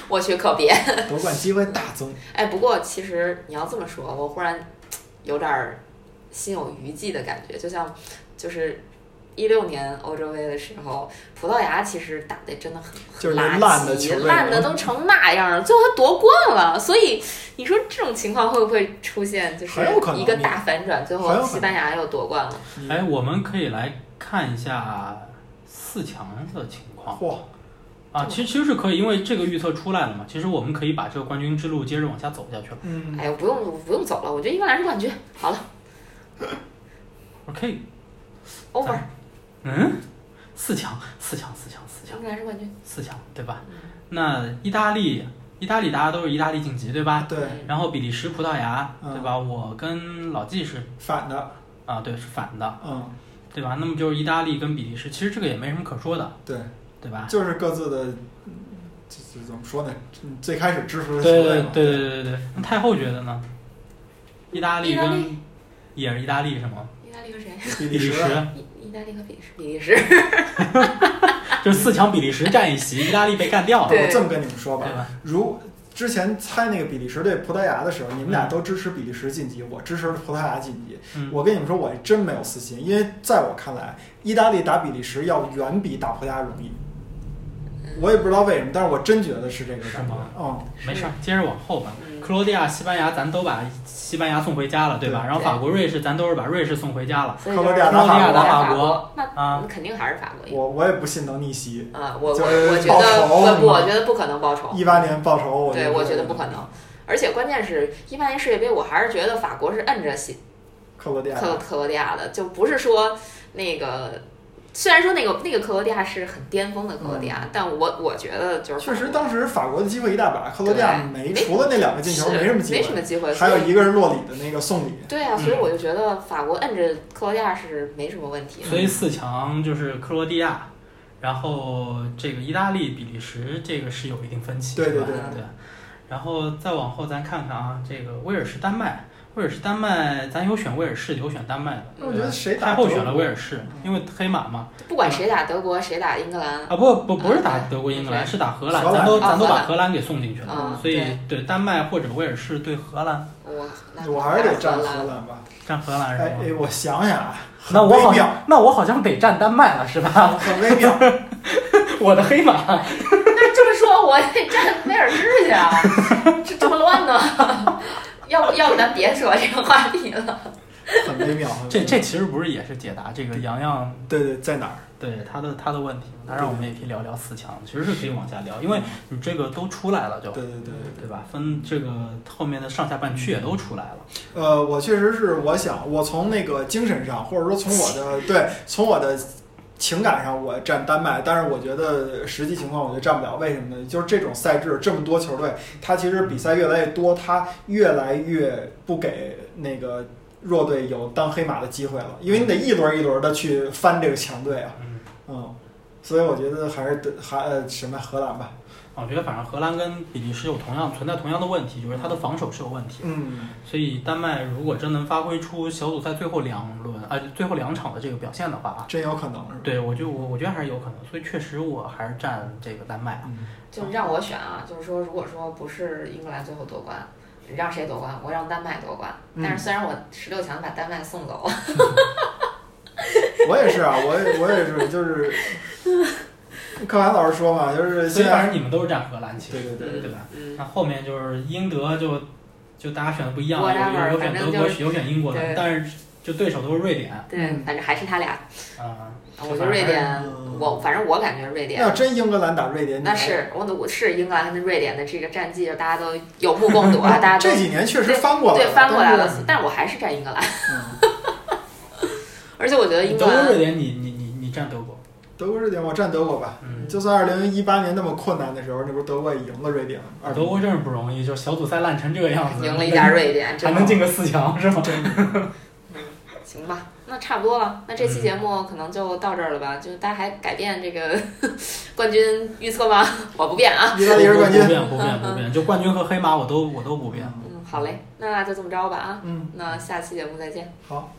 我去可别。夺冠机会大增。哎，不过其实你要这么说，我忽然有点儿心有余悸的感觉，就像就是一六年欧洲杯的时候，葡萄牙其实打的真的很就是垃那圾，烂的球队烂的都成那样了，最后他夺冠了，所以你说这种情况会不会出现？就是很有可能一个大反转，最很后有可能西班牙又夺冠了。哎，我们可以来看一下四强的情况嚯，啊，其实其实是可以，因为这个预测出来了嘛。其实我们可以把这个冠军之路接着往下走下去了。嗯，哎呀，不用不用走了，我觉得英格兰是冠军。好了 OK， ，over，嗯，四强，四强，四强，四强英，格兰是冠军。四强，对吧？那意大利，意大利大家都是意大利晋级，对吧？对，嗯然后比利时、葡萄牙，嗯对吧？我跟老纪是反的，啊，对，是反的，嗯，对吧？那么就是意大利跟比利时，其实这个也没什么可说的，对，对吧？就是各自的，嗯这这怎么说呢？嗯最开始支持的球对队对嘛，对对对对，那太后觉得呢？意大利意大跟利也是意大利是吗？意大利和谁？比利利时啊，意意大利和比利时，比利时。就是四强比利时占一席，意大利被干掉了，对我这么跟你们说对吧，吧？如之前猜那个比利时对葡萄牙的时候，你们俩都支持比利时晋级，我支持葡萄牙晋级。嗯，我跟你们说，我真没有私心，因为在我看来，意大利打比利时要远比打葡萄牙容易。我也不知道为什么，但是我真觉得是这个是感觉吗。嗯，没事儿，接着往后吧。嗯克罗地亚、西班牙，咱都把西班牙送回家了，对吧？对然后对法国、瑞士，咱都是把瑞士送回家了。所以就克罗是地亚克罗地亚打打法法国国，那啊肯定还是法国赢。我我也不信能逆袭。啊，我我就是我觉报得仇我是我吗觉得不可能报仇，一八年报仇，我对我觉得不可能。而且关键是，一八年世界杯，我还是觉得法国是摁着西克罗地亚克克罗地亚的，就不是说那个。虽然说那个那个克罗地亚是很巅峰的克罗地亚，但我我觉得就是嗯确实，法国当时法国的机会一大把，克罗地亚没没除了那两个进球是没什么机没什么会，机会，还有嗯所以一个是洛里的那个送礼，对啊，所以我就觉得法国摁着克罗地亚是没什么问题的。所以四强就是克罗地亚，然后这个意大利、比利时，这个是有一定分歧，对对对吧对对。然后再往后，咱看看啊，这个威尔士、丹麦，威尔士、丹麦，咱有选威尔士，有选丹麦的。嗯我觉得谁打太都后选了威尔士，因为黑马嘛。不管谁打德国，谁打英格兰，啊，不不不是打德国、英格兰，是打荷兰，咱荷啊都兰咱都哦荷把兰荷兰给送进去了嗯，所以对对丹麦或者威尔士对荷兰，我那我还是得打 *laughs* 站荷荷兰。兰吧。占荷兰哎是吗？哎，我想想啊，那我好微妙，像那我好像得占丹麦了是吧？ *laughs* 很微妙。 *laughs* 我的黑马，那这么说，我得站威尔士去啊？ *laughs* 这这么乱呢？ *laughs* 要不要不咱别说这个话题了？很微妙。这这其实不是也是解答这个洋洋对对，在哪儿？对他的他的问题，那让我们也可以聊聊四强，其实是可以往下聊，因为你这个都出来了就对对对对。对吧？分这个后面的上下半区也都出来了，呃，我确实是，我想，我从那个精神上，或者说从我的对，从我的情感上，我站丹麦，但是我觉得实际情况我就站不了。为什么呢？就是这种赛制，这么多球队，它其实比赛越来越多，它越来越不给那个。弱队有当黑马的机会了，因为你得一轮一轮的去翻这个强队啊，嗯，嗯，所以我觉得还是得还呃什么荷兰吧，我觉得反正荷兰跟比利时有同样存在同样的问题，就是它的防守是有问题的。嗯所以丹麦如果真能发挥出小组赛最后两轮啊、最后两场的这个表现的话，啊，真有可能是吧？对我就我我觉得还是有可能。所以确实我还是站这个丹麦啊。嗯，就是让我选啊，就是说，如果说不是英格兰最后夺冠，你让谁夺冠？我让丹麦夺冠。嗯但是虽然我十六强把丹麦送走，我也是啊，我也我也 *laughs* 是，就是柯凡老师说嘛，就是所以现反在正你们都是站荷兰，其对实对对，对吧？嗯，那后面就是英德就就大家选的不一样，有 Whatever，有有选反正德就国，有选英国的对，但是就对手都是瑞典啊、对，反正还是他俩。我觉得瑞典，我反正我感觉瑞典要真英格兰打瑞典，你那是我我是英格兰跟瑞典的这个战绩，大家都有目共睹啊，大家都这几年确实翻过来对翻过来但了是。但我还是站英格兰， *laughs* 嗯，而且我觉得英德格国、瑞兰典，你你你你站德国，德国瑞典，我站德国吧。嗯，就算二零一八年那么困难的时候，那不是德国也赢了瑞典吗？二比德国真是不容易，就小组赛烂成这个样子，赢了一家瑞典，还真能的进个四强是吗？行吧？那差不多了，那这期节目可能就到这儿了吧？就大家还改变这个 *laughs* 冠军预测吗？ *laughs* 我不变啊。意大利是冠军不。变不变不变，就冠军和黑马我都我都不变。嗯嗯，好嘞，那就这么着吧啊，嗯，那下期节目再见。好，